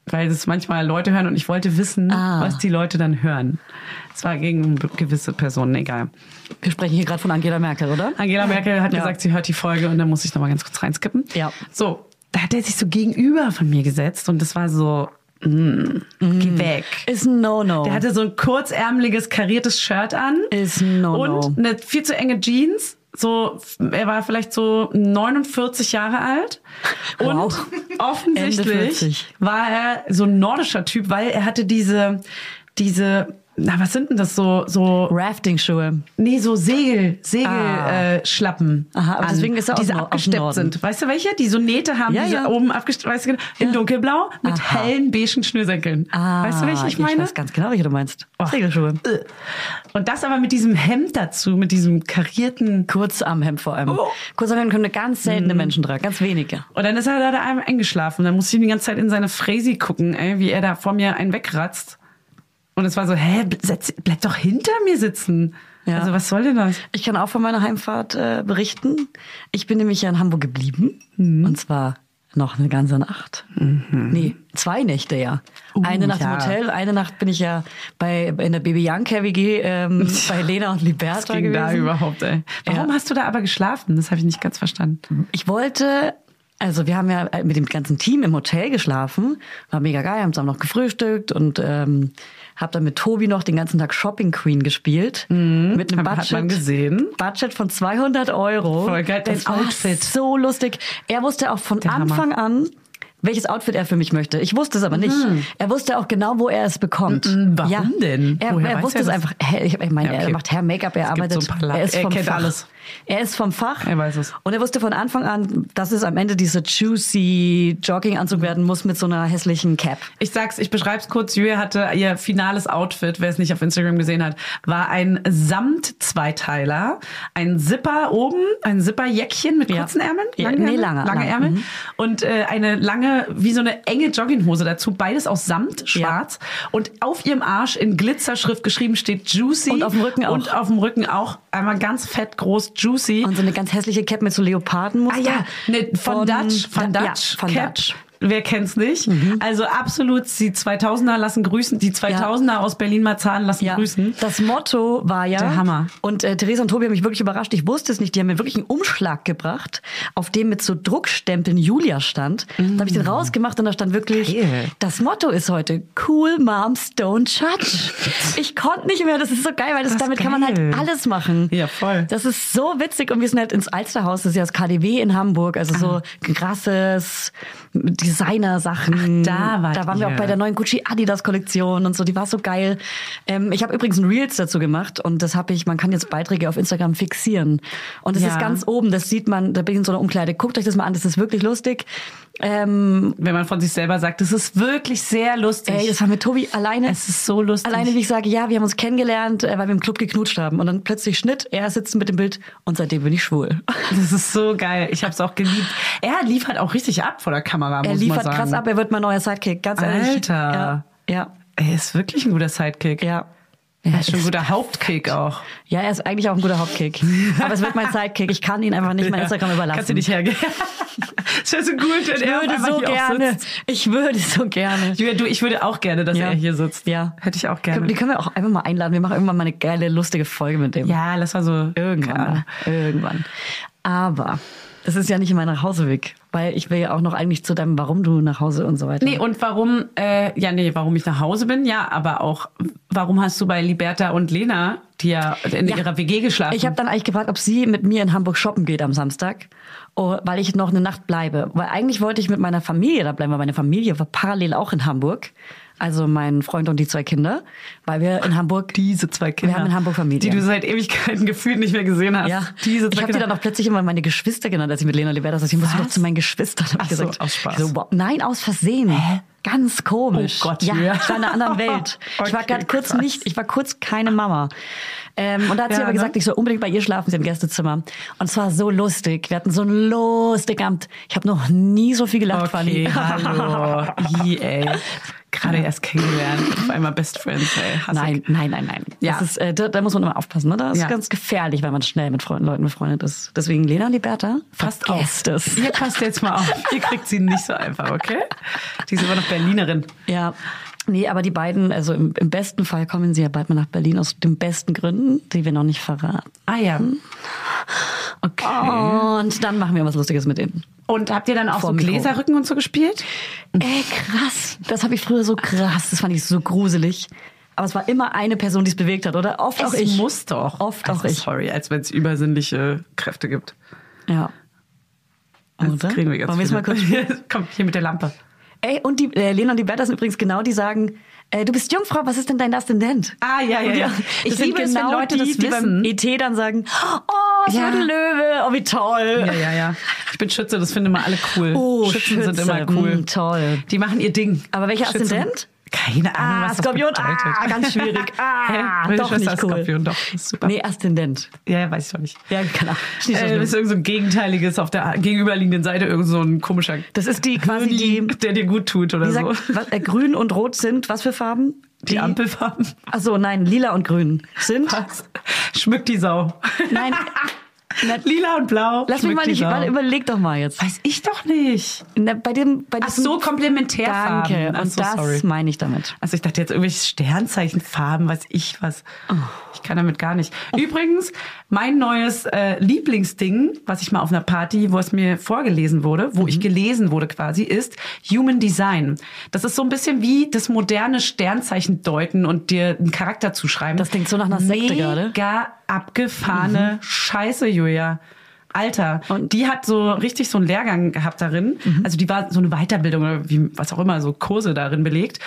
Speaker 1: weil das manchmal Leute hören und ich wollte wissen,
Speaker 3: Ah.
Speaker 1: was die Leute dann hören. Es war gegen gewisse Personen, egal.
Speaker 3: Wir sprechen hier gerade von Angela Merkel, oder?
Speaker 1: Angela Merkel hat
Speaker 3: Ja.
Speaker 1: gesagt, sie hört die Folge und dann muss ich nochmal ganz kurz reinskippen.
Speaker 3: Ja.
Speaker 1: So, da hat er sich so gegenüber von mir gesetzt und das war so, mm, geh weg.
Speaker 3: Ist ein No-No.
Speaker 1: Der hatte so ein kurzärmeliges, kariertes Shirt an.
Speaker 3: Ist ein No-No.
Speaker 1: Und eine viel zu enge Jeans. So, er war vielleicht so 49 Jahre alt. Und
Speaker 3: Wow. Ende 40.
Speaker 1: offensichtlich war er so ein nordischer Typ, weil er hatte diese, diese, na, was sind denn das so, so
Speaker 3: Rafting-Schuhe.
Speaker 1: Nee, so Segel,
Speaker 3: Ah.
Speaker 1: Segelschlappen. Äh, Schlappen
Speaker 3: Aha, aber
Speaker 1: an,
Speaker 3: deswegen ist er aus
Speaker 1: die so
Speaker 3: Nor- aus dem
Speaker 1: abgesteppt
Speaker 3: Norden.
Speaker 1: sind. Weißt du welche? Die so Nähte haben,
Speaker 3: Ja,
Speaker 1: die
Speaker 3: ja.
Speaker 1: so oben abgesteppt, weißt du, genau, in dunkelblau mit
Speaker 3: Aha. Ah,
Speaker 1: hellen beigen Schnürsenkeln. weißt du, welche Ah, ich meine?
Speaker 3: Ich weiß ganz genau, welche du meinst.
Speaker 1: Oh.
Speaker 3: Segelschuhe.
Speaker 1: Äh. Und das aber mit diesem Hemd dazu, mit diesem karierten.
Speaker 3: Kurzarmhemd vor allem.
Speaker 1: Oh.
Speaker 3: Kurzarmhemd können ganz seltene Menschen tragen, ganz wenige.
Speaker 1: Und dann ist er leider einmal eingeschlafen. Dann musste ich die ganze Zeit in seine Fräsi gucken, ey, wie er da vor mir einen wegratzt. Und es war so, hä, bl- setz, bleib doch hinter mir sitzen.
Speaker 3: Ja.
Speaker 1: Also was soll denn das?
Speaker 3: Ich kann auch von meiner Heimfahrt äh, berichten. Ich bin nämlich ja in Hamburg geblieben. Und zwar noch eine ganze Nacht. Nee, zwei Nächte ja. eine Nacht im
Speaker 1: ja.
Speaker 3: Hotel, eine Nacht bin ich ja bei in der Baby Janke WG ähm, bei Lena und Liberta
Speaker 1: Was ging
Speaker 3: gewesen.
Speaker 1: da überhaupt, ey? Warum
Speaker 3: Ja.
Speaker 1: hast du da aber geschlafen? Das habe ich nicht ganz verstanden.
Speaker 3: Ich wollte, also wir haben ja mit dem ganzen Team im Hotel geschlafen, war mega geil, haben zusammen noch gefrühstückt und ähm, habe dann mit Tobi noch den ganzen Tag Shopping Queen gespielt. Mit einem
Speaker 1: Hab-
Speaker 3: Budget,
Speaker 1: Mhm. hat man gesehen.
Speaker 3: Budget von 200 Euro.
Speaker 1: Voll geil,
Speaker 3: Das
Speaker 1: das Outfit.
Speaker 3: War so lustig. Er wusste auch von
Speaker 1: Der Hammer.
Speaker 3: Anfang an, welches Outfit er für mich möchte. Ich wusste es aber nicht. Er wusste auch genau, wo er es bekommt.
Speaker 1: Mhm. warum
Speaker 3: ja.
Speaker 1: denn?
Speaker 3: Er,
Speaker 1: Woher weiß
Speaker 3: er wusste
Speaker 1: er
Speaker 3: es
Speaker 1: das?
Speaker 3: einfach. Hä, Ich ich meine,
Speaker 1: Ja,
Speaker 3: er
Speaker 1: okay.
Speaker 3: macht Hair Make-up, er
Speaker 1: Es gibt
Speaker 3: arbeitet,
Speaker 1: so ein paar La-
Speaker 3: er ist
Speaker 1: er
Speaker 3: vom
Speaker 1: kennt
Speaker 3: Fach.
Speaker 1: alles.
Speaker 3: Er ist vom Fach.
Speaker 1: Er weiß es.
Speaker 3: Und er wusste von Anfang an, dass es am Ende dieser juicy Jogginganzug werden muss mit so einer hässlichen Cap.
Speaker 1: Ich sag's, ich beschreib's kurz. Julia hatte ihr finales Outfit, wer es nicht auf Instagram gesehen hat, war ein Samt-Zweiteiler, ein Zipper oben, ein Zipperjäckchen mit
Speaker 3: Ja.
Speaker 1: kurzen Ärmeln,
Speaker 3: Ja,
Speaker 1: langen
Speaker 3: nee,
Speaker 1: Ärmeln,
Speaker 3: lange,
Speaker 1: lange
Speaker 3: lange, Mhm.
Speaker 1: Ärmel und äh, eine lange, wie so eine enge Jogginghose dazu, beides aus Samt, schwarz und auf ihrem Arsch in Glitzerschrift geschrieben steht Juicy
Speaker 3: Und auf dem Rücken auch.
Speaker 1: und auf dem Rücken auch einmal ganz fett groß Juicy
Speaker 3: Und so eine ganz hässliche Cap mit so Leopardenmuster.
Speaker 1: Ah ja, ne, von Dutch, von
Speaker 3: Ja,
Speaker 1: Dutch,
Speaker 3: von
Speaker 1: Cap.
Speaker 3: Dutch. Mhm.
Speaker 1: Wer kennt's nicht? Also absolut, die 2000er lassen grüßen, die 2000er aus Berlin-Marzahn lassen
Speaker 3: Ja,
Speaker 1: grüßen.
Speaker 3: das Motto war ja
Speaker 1: Der Hammer.
Speaker 3: Und äh, Theresa und Tobi haben mich wirklich überrascht. Ich wusste es nicht. Die haben mir wirklich einen Umschlag gebracht, auf dem mit so Druckstempeln Julia stand. Da habe ich den rausgemacht und da stand wirklich:
Speaker 1: Mm. Geil.
Speaker 3: Das Motto ist heute Cool Moms Don't Judge. Ich konnte nicht mehr. Das ist so geil, weil das,
Speaker 1: Das ist
Speaker 3: damit kann man
Speaker 1: geil.
Speaker 3: halt alles machen.
Speaker 1: Ja, voll.
Speaker 3: Das ist so witzig und wir sind halt ins Alsterhaus. Das ist ja das KDW in Hamburg. Also
Speaker 1: Ah.
Speaker 3: so krasses Designer-Sachen.
Speaker 1: Ach, da wart
Speaker 3: Da waren wir auch
Speaker 1: ihr.
Speaker 3: bei der neuen Gucci Adidas Kollektion und so, die war so geil. Ähm, ich habe übrigens ein Reels dazu gemacht und das habe ich, man kann jetzt Beiträge auf Instagram fixieren. Und das
Speaker 1: Ja.
Speaker 3: ist ganz oben, das sieht man, da bin ich in so einer Umkleide. Guckt euch das mal an, das ist wirklich lustig. Ähm,
Speaker 1: Wenn man von sich selber sagt, das ist wirklich sehr lustig.
Speaker 3: ey, das war mit Tobi alleine.
Speaker 1: es ist so lustig.
Speaker 3: Alleine, wie ich sage, ja, wir haben uns kennengelernt, äh, weil wir im Club geknutscht haben. Und dann plötzlich Schnitt, er sitzt mit dem Bild und seitdem bin ich schwul.
Speaker 1: das ist so geil. Ich hab's auch geliebt. Er liefert auch richtig ab vor der Kamera,
Speaker 3: Er
Speaker 1: muss man
Speaker 3: liefert
Speaker 1: sagen.
Speaker 3: krass ab, er wird mein neuer Sidekick, ganz ehrlich.
Speaker 1: Alter.
Speaker 3: Ja, ja.
Speaker 1: Er ist wirklich ein guter Sidekick.
Speaker 3: ja.
Speaker 1: Er ist schon ein
Speaker 3: ist-
Speaker 1: guter Hauptkick auch.
Speaker 3: Ja, er ist eigentlich auch ein guter Hauptkick. Aber es wird mein Sidekick. Ich kann ihn einfach nicht mein Instagram überlassen.
Speaker 1: Kannst du nicht hergehen. Es wäre so gut, wenn
Speaker 3: ich
Speaker 1: er auf
Speaker 3: würde
Speaker 1: einmal
Speaker 3: so
Speaker 1: hier auch
Speaker 3: gerne.
Speaker 1: sitzt.
Speaker 3: Ich würde so gerne.
Speaker 1: Julia, du, ich würde auch gerne, dass
Speaker 3: Ja.
Speaker 1: er hier sitzt.
Speaker 3: Ja.
Speaker 1: Hätte ich auch
Speaker 3: Können-
Speaker 1: gerne.
Speaker 3: Die können wir auch einfach mal einladen. Wir machen irgendwann mal eine geile, lustige Folge mit dem.
Speaker 1: Ja, lass mal so.
Speaker 3: Irgendwann.
Speaker 1: Keine Ahnung.
Speaker 3: mal. Irgendwann. Aber es ist ja nicht immer nach Hause weg, weil ich will ja auch noch eigentlich zu deinem, warum du nach Hause und so weiter.
Speaker 1: Nee, und warum, äh, ja, nee, warum ich nach Hause bin, ja, aber auch, warum hast du bei Liberta und Lena, die ja in
Speaker 3: Ja.
Speaker 1: ihrer WG geschlafen?
Speaker 3: Ich habe dann eigentlich gefragt, ob sie mit mir in Hamburg shoppen geht am Samstag, oh, weil ich noch eine Nacht bleibe. Weil eigentlich wollte ich mit meiner Familie da bleiben, weil meine Familie war parallel auch in Hamburg. Also mein Freund und die zwei Kinder, weil wir in Hamburg
Speaker 1: diese zwei Kinder.
Speaker 3: Wir haben in Hamburg Familie.
Speaker 1: Die du seit Ewigkeiten gefühlt nicht mehr gesehen hast.
Speaker 3: Ja,
Speaker 1: Diese
Speaker 3: ich
Speaker 1: zwei
Speaker 3: habe die
Speaker 1: Kinder.
Speaker 3: dann auch plötzlich immer meine Geschwister genannt, als ich mit Lena Libertas saß. Ich muss
Speaker 1: Was?
Speaker 3: noch zu meinen Geschwistern, hab
Speaker 1: Ach
Speaker 3: ich
Speaker 1: so,
Speaker 3: gesagt.
Speaker 1: aus Spaß.
Speaker 3: Ich So, wow, nein, aus Versehen. Ganz komisch.
Speaker 1: Oh Gott,
Speaker 3: ja.
Speaker 1: ja.
Speaker 3: Ich war in einer anderen Welt. Ich war
Speaker 1: Okay,
Speaker 3: gerade kurz
Speaker 1: krass.
Speaker 3: nicht, ich war kurz keine Mama. Ähm, und da hat sie
Speaker 1: Ja, ne?
Speaker 3: aber gesagt, ich soll unbedingt bei ihr schlafen, sie im Gästezimmer. Und es war so lustig. Wir hatten so einen lustigen Abend. Ich habe noch nie so viel gelacht,
Speaker 1: Okay,
Speaker 3: Fanny.
Speaker 1: hallo. I, ey. Gerade erst kennengelernt. Auf einmal Best Friends, ey. Hasse
Speaker 3: Nein, nein, nein, nein.
Speaker 1: Ja.
Speaker 3: Das ist, äh, da, da muss man immer aufpassen. Ne? Da ist
Speaker 1: Ja.
Speaker 3: ganz gefährlich, wenn man schnell mit Freunden, Leuten befreundet ist. Deswegen Lena Liberta,
Speaker 1: Passt
Speaker 3: vergesst
Speaker 1: auf.
Speaker 3: es.
Speaker 1: Ihr passt jetzt mal auf. Ihr kriegt sie nicht so einfach, okay? Die ist immer noch Berlinerin.
Speaker 3: Ja. Nee, aber die beiden, also im, im besten Fall kommen sie ja bald mal nach Berlin aus den besten Gründen, die wir noch nicht verraten.
Speaker 1: Ah ja. Oh. Okay.
Speaker 3: Und dann machen wir was Lustiges mit ihnen.
Speaker 1: Und habt ihr dann auch
Speaker 3: Vor
Speaker 1: so
Speaker 3: Mikro.
Speaker 1: Gläserrücken und so gespielt? Äh,
Speaker 3: Ey, krass. Das habe ich früher so krass. Das fand ich so gruselig. Aber es war immer eine Person, die es bewegt hat, oder? Oft auch
Speaker 1: es
Speaker 3: ich.
Speaker 1: muss doch.
Speaker 3: Oft
Speaker 1: also
Speaker 3: auch ich.
Speaker 1: Sorry, als wenn es übersinnliche Kräfte gibt.
Speaker 3: Ja.
Speaker 1: Das
Speaker 3: Oder?
Speaker 1: kriegen wir ganz
Speaker 3: Wollen wir es
Speaker 1: viele.
Speaker 3: mal kurz
Speaker 1: Komm, hier mit der Lampe.
Speaker 3: Ey, und die äh, Lena und die Bertha sind übrigens genau, die sagen, äh, du bist Jungfrau, was ist denn dein Aszendent?
Speaker 1: Ah, ja, ja,
Speaker 3: Und die-
Speaker 1: ja.
Speaker 3: das
Speaker 1: Ich
Speaker 3: sind
Speaker 1: liebe es, wenn Leute
Speaker 3: die,
Speaker 1: das genau
Speaker 3: die beim
Speaker 1: wissen.
Speaker 3: ET E dann sagen, oh, es
Speaker 1: Ja.
Speaker 3: wird ein Löwe, oh, wie toll.
Speaker 1: Ja, ja, ja. Ich bin Schütze, das finden immer alle cool.
Speaker 3: Oh,
Speaker 1: Schützen sind
Speaker 3: Schütze,
Speaker 1: immer cool.
Speaker 3: mm, toll.
Speaker 1: Die machen ihr Ding.
Speaker 3: Aber welcher
Speaker 1: Schützen-
Speaker 3: Aszendent?
Speaker 1: Keine Ahnung,
Speaker 3: Ah,
Speaker 1: was
Speaker 3: Skorpion,
Speaker 1: das bedeutet.
Speaker 3: ah, ganz schwierig. Ah,
Speaker 1: Hä? Meine
Speaker 3: doch
Speaker 1: Schwester
Speaker 3: nicht
Speaker 1: ist
Speaker 3: cool.
Speaker 1: Skorpion, doch. Ist super.
Speaker 3: Nee, Aszendent.
Speaker 1: Ja, ja, weiß ich doch nicht.
Speaker 3: Ja, genau. keine Ahnung. Ist nicht so
Speaker 1: Äh,
Speaker 3: schlimm.
Speaker 1: das ist irgend so ein gegenteiliges auf der gegenüberliegenden Seite irgend so ein komischer
Speaker 3: Das ist die quasi die,
Speaker 1: König, der dir gut tut oder
Speaker 3: die
Speaker 1: so.
Speaker 3: sagt, was, äh, grün und rot sind, was für Farben?
Speaker 1: die Ampelfarben.
Speaker 3: Ach so, nein, lila und grün sind.
Speaker 1: Was? Schmückt die Sau.
Speaker 3: Nein. Na,
Speaker 1: Lila und blau.
Speaker 3: Lass mich
Speaker 1: schmückt
Speaker 3: mal
Speaker 1: die
Speaker 3: nicht,
Speaker 1: Sau.
Speaker 3: warte, überleg doch mal jetzt.
Speaker 1: Weiß ich doch nicht.
Speaker 3: Na, bei dem, bei
Speaker 1: Ach
Speaker 3: diesem-
Speaker 1: so, Komplementärfarben.
Speaker 3: Danke.
Speaker 1: Ach
Speaker 3: Und
Speaker 1: so,
Speaker 3: das
Speaker 1: sorry.
Speaker 3: meine ich damit.
Speaker 1: Also ich dachte jetzt irgendwelche Sternzeichenfarben, weiß ich was.
Speaker 3: Oh.
Speaker 1: Ich kann damit gar nicht. Übrigens, mein neues äh, Lieblingsding, was ich mal auf einer Party, wo es mir vorgelesen wurde, wo
Speaker 3: Mhm.
Speaker 1: ich gelesen wurde quasi, ist Human Design. Das ist so ein bisschen wie das moderne Sternzeichen deuten und dir einen Charakter zuschreiben.
Speaker 3: Das klingt so nach einer Sekte gerade. Mhm.
Speaker 1: Mega abgefahrene Scheiße, Julia. Alter,
Speaker 3: Und- Mhm.
Speaker 1: und die hat so richtig so einen Lehrgang gehabt darin. Also die war so eine Weiterbildung oder wie, was auch immer, so Kurse darin belegt.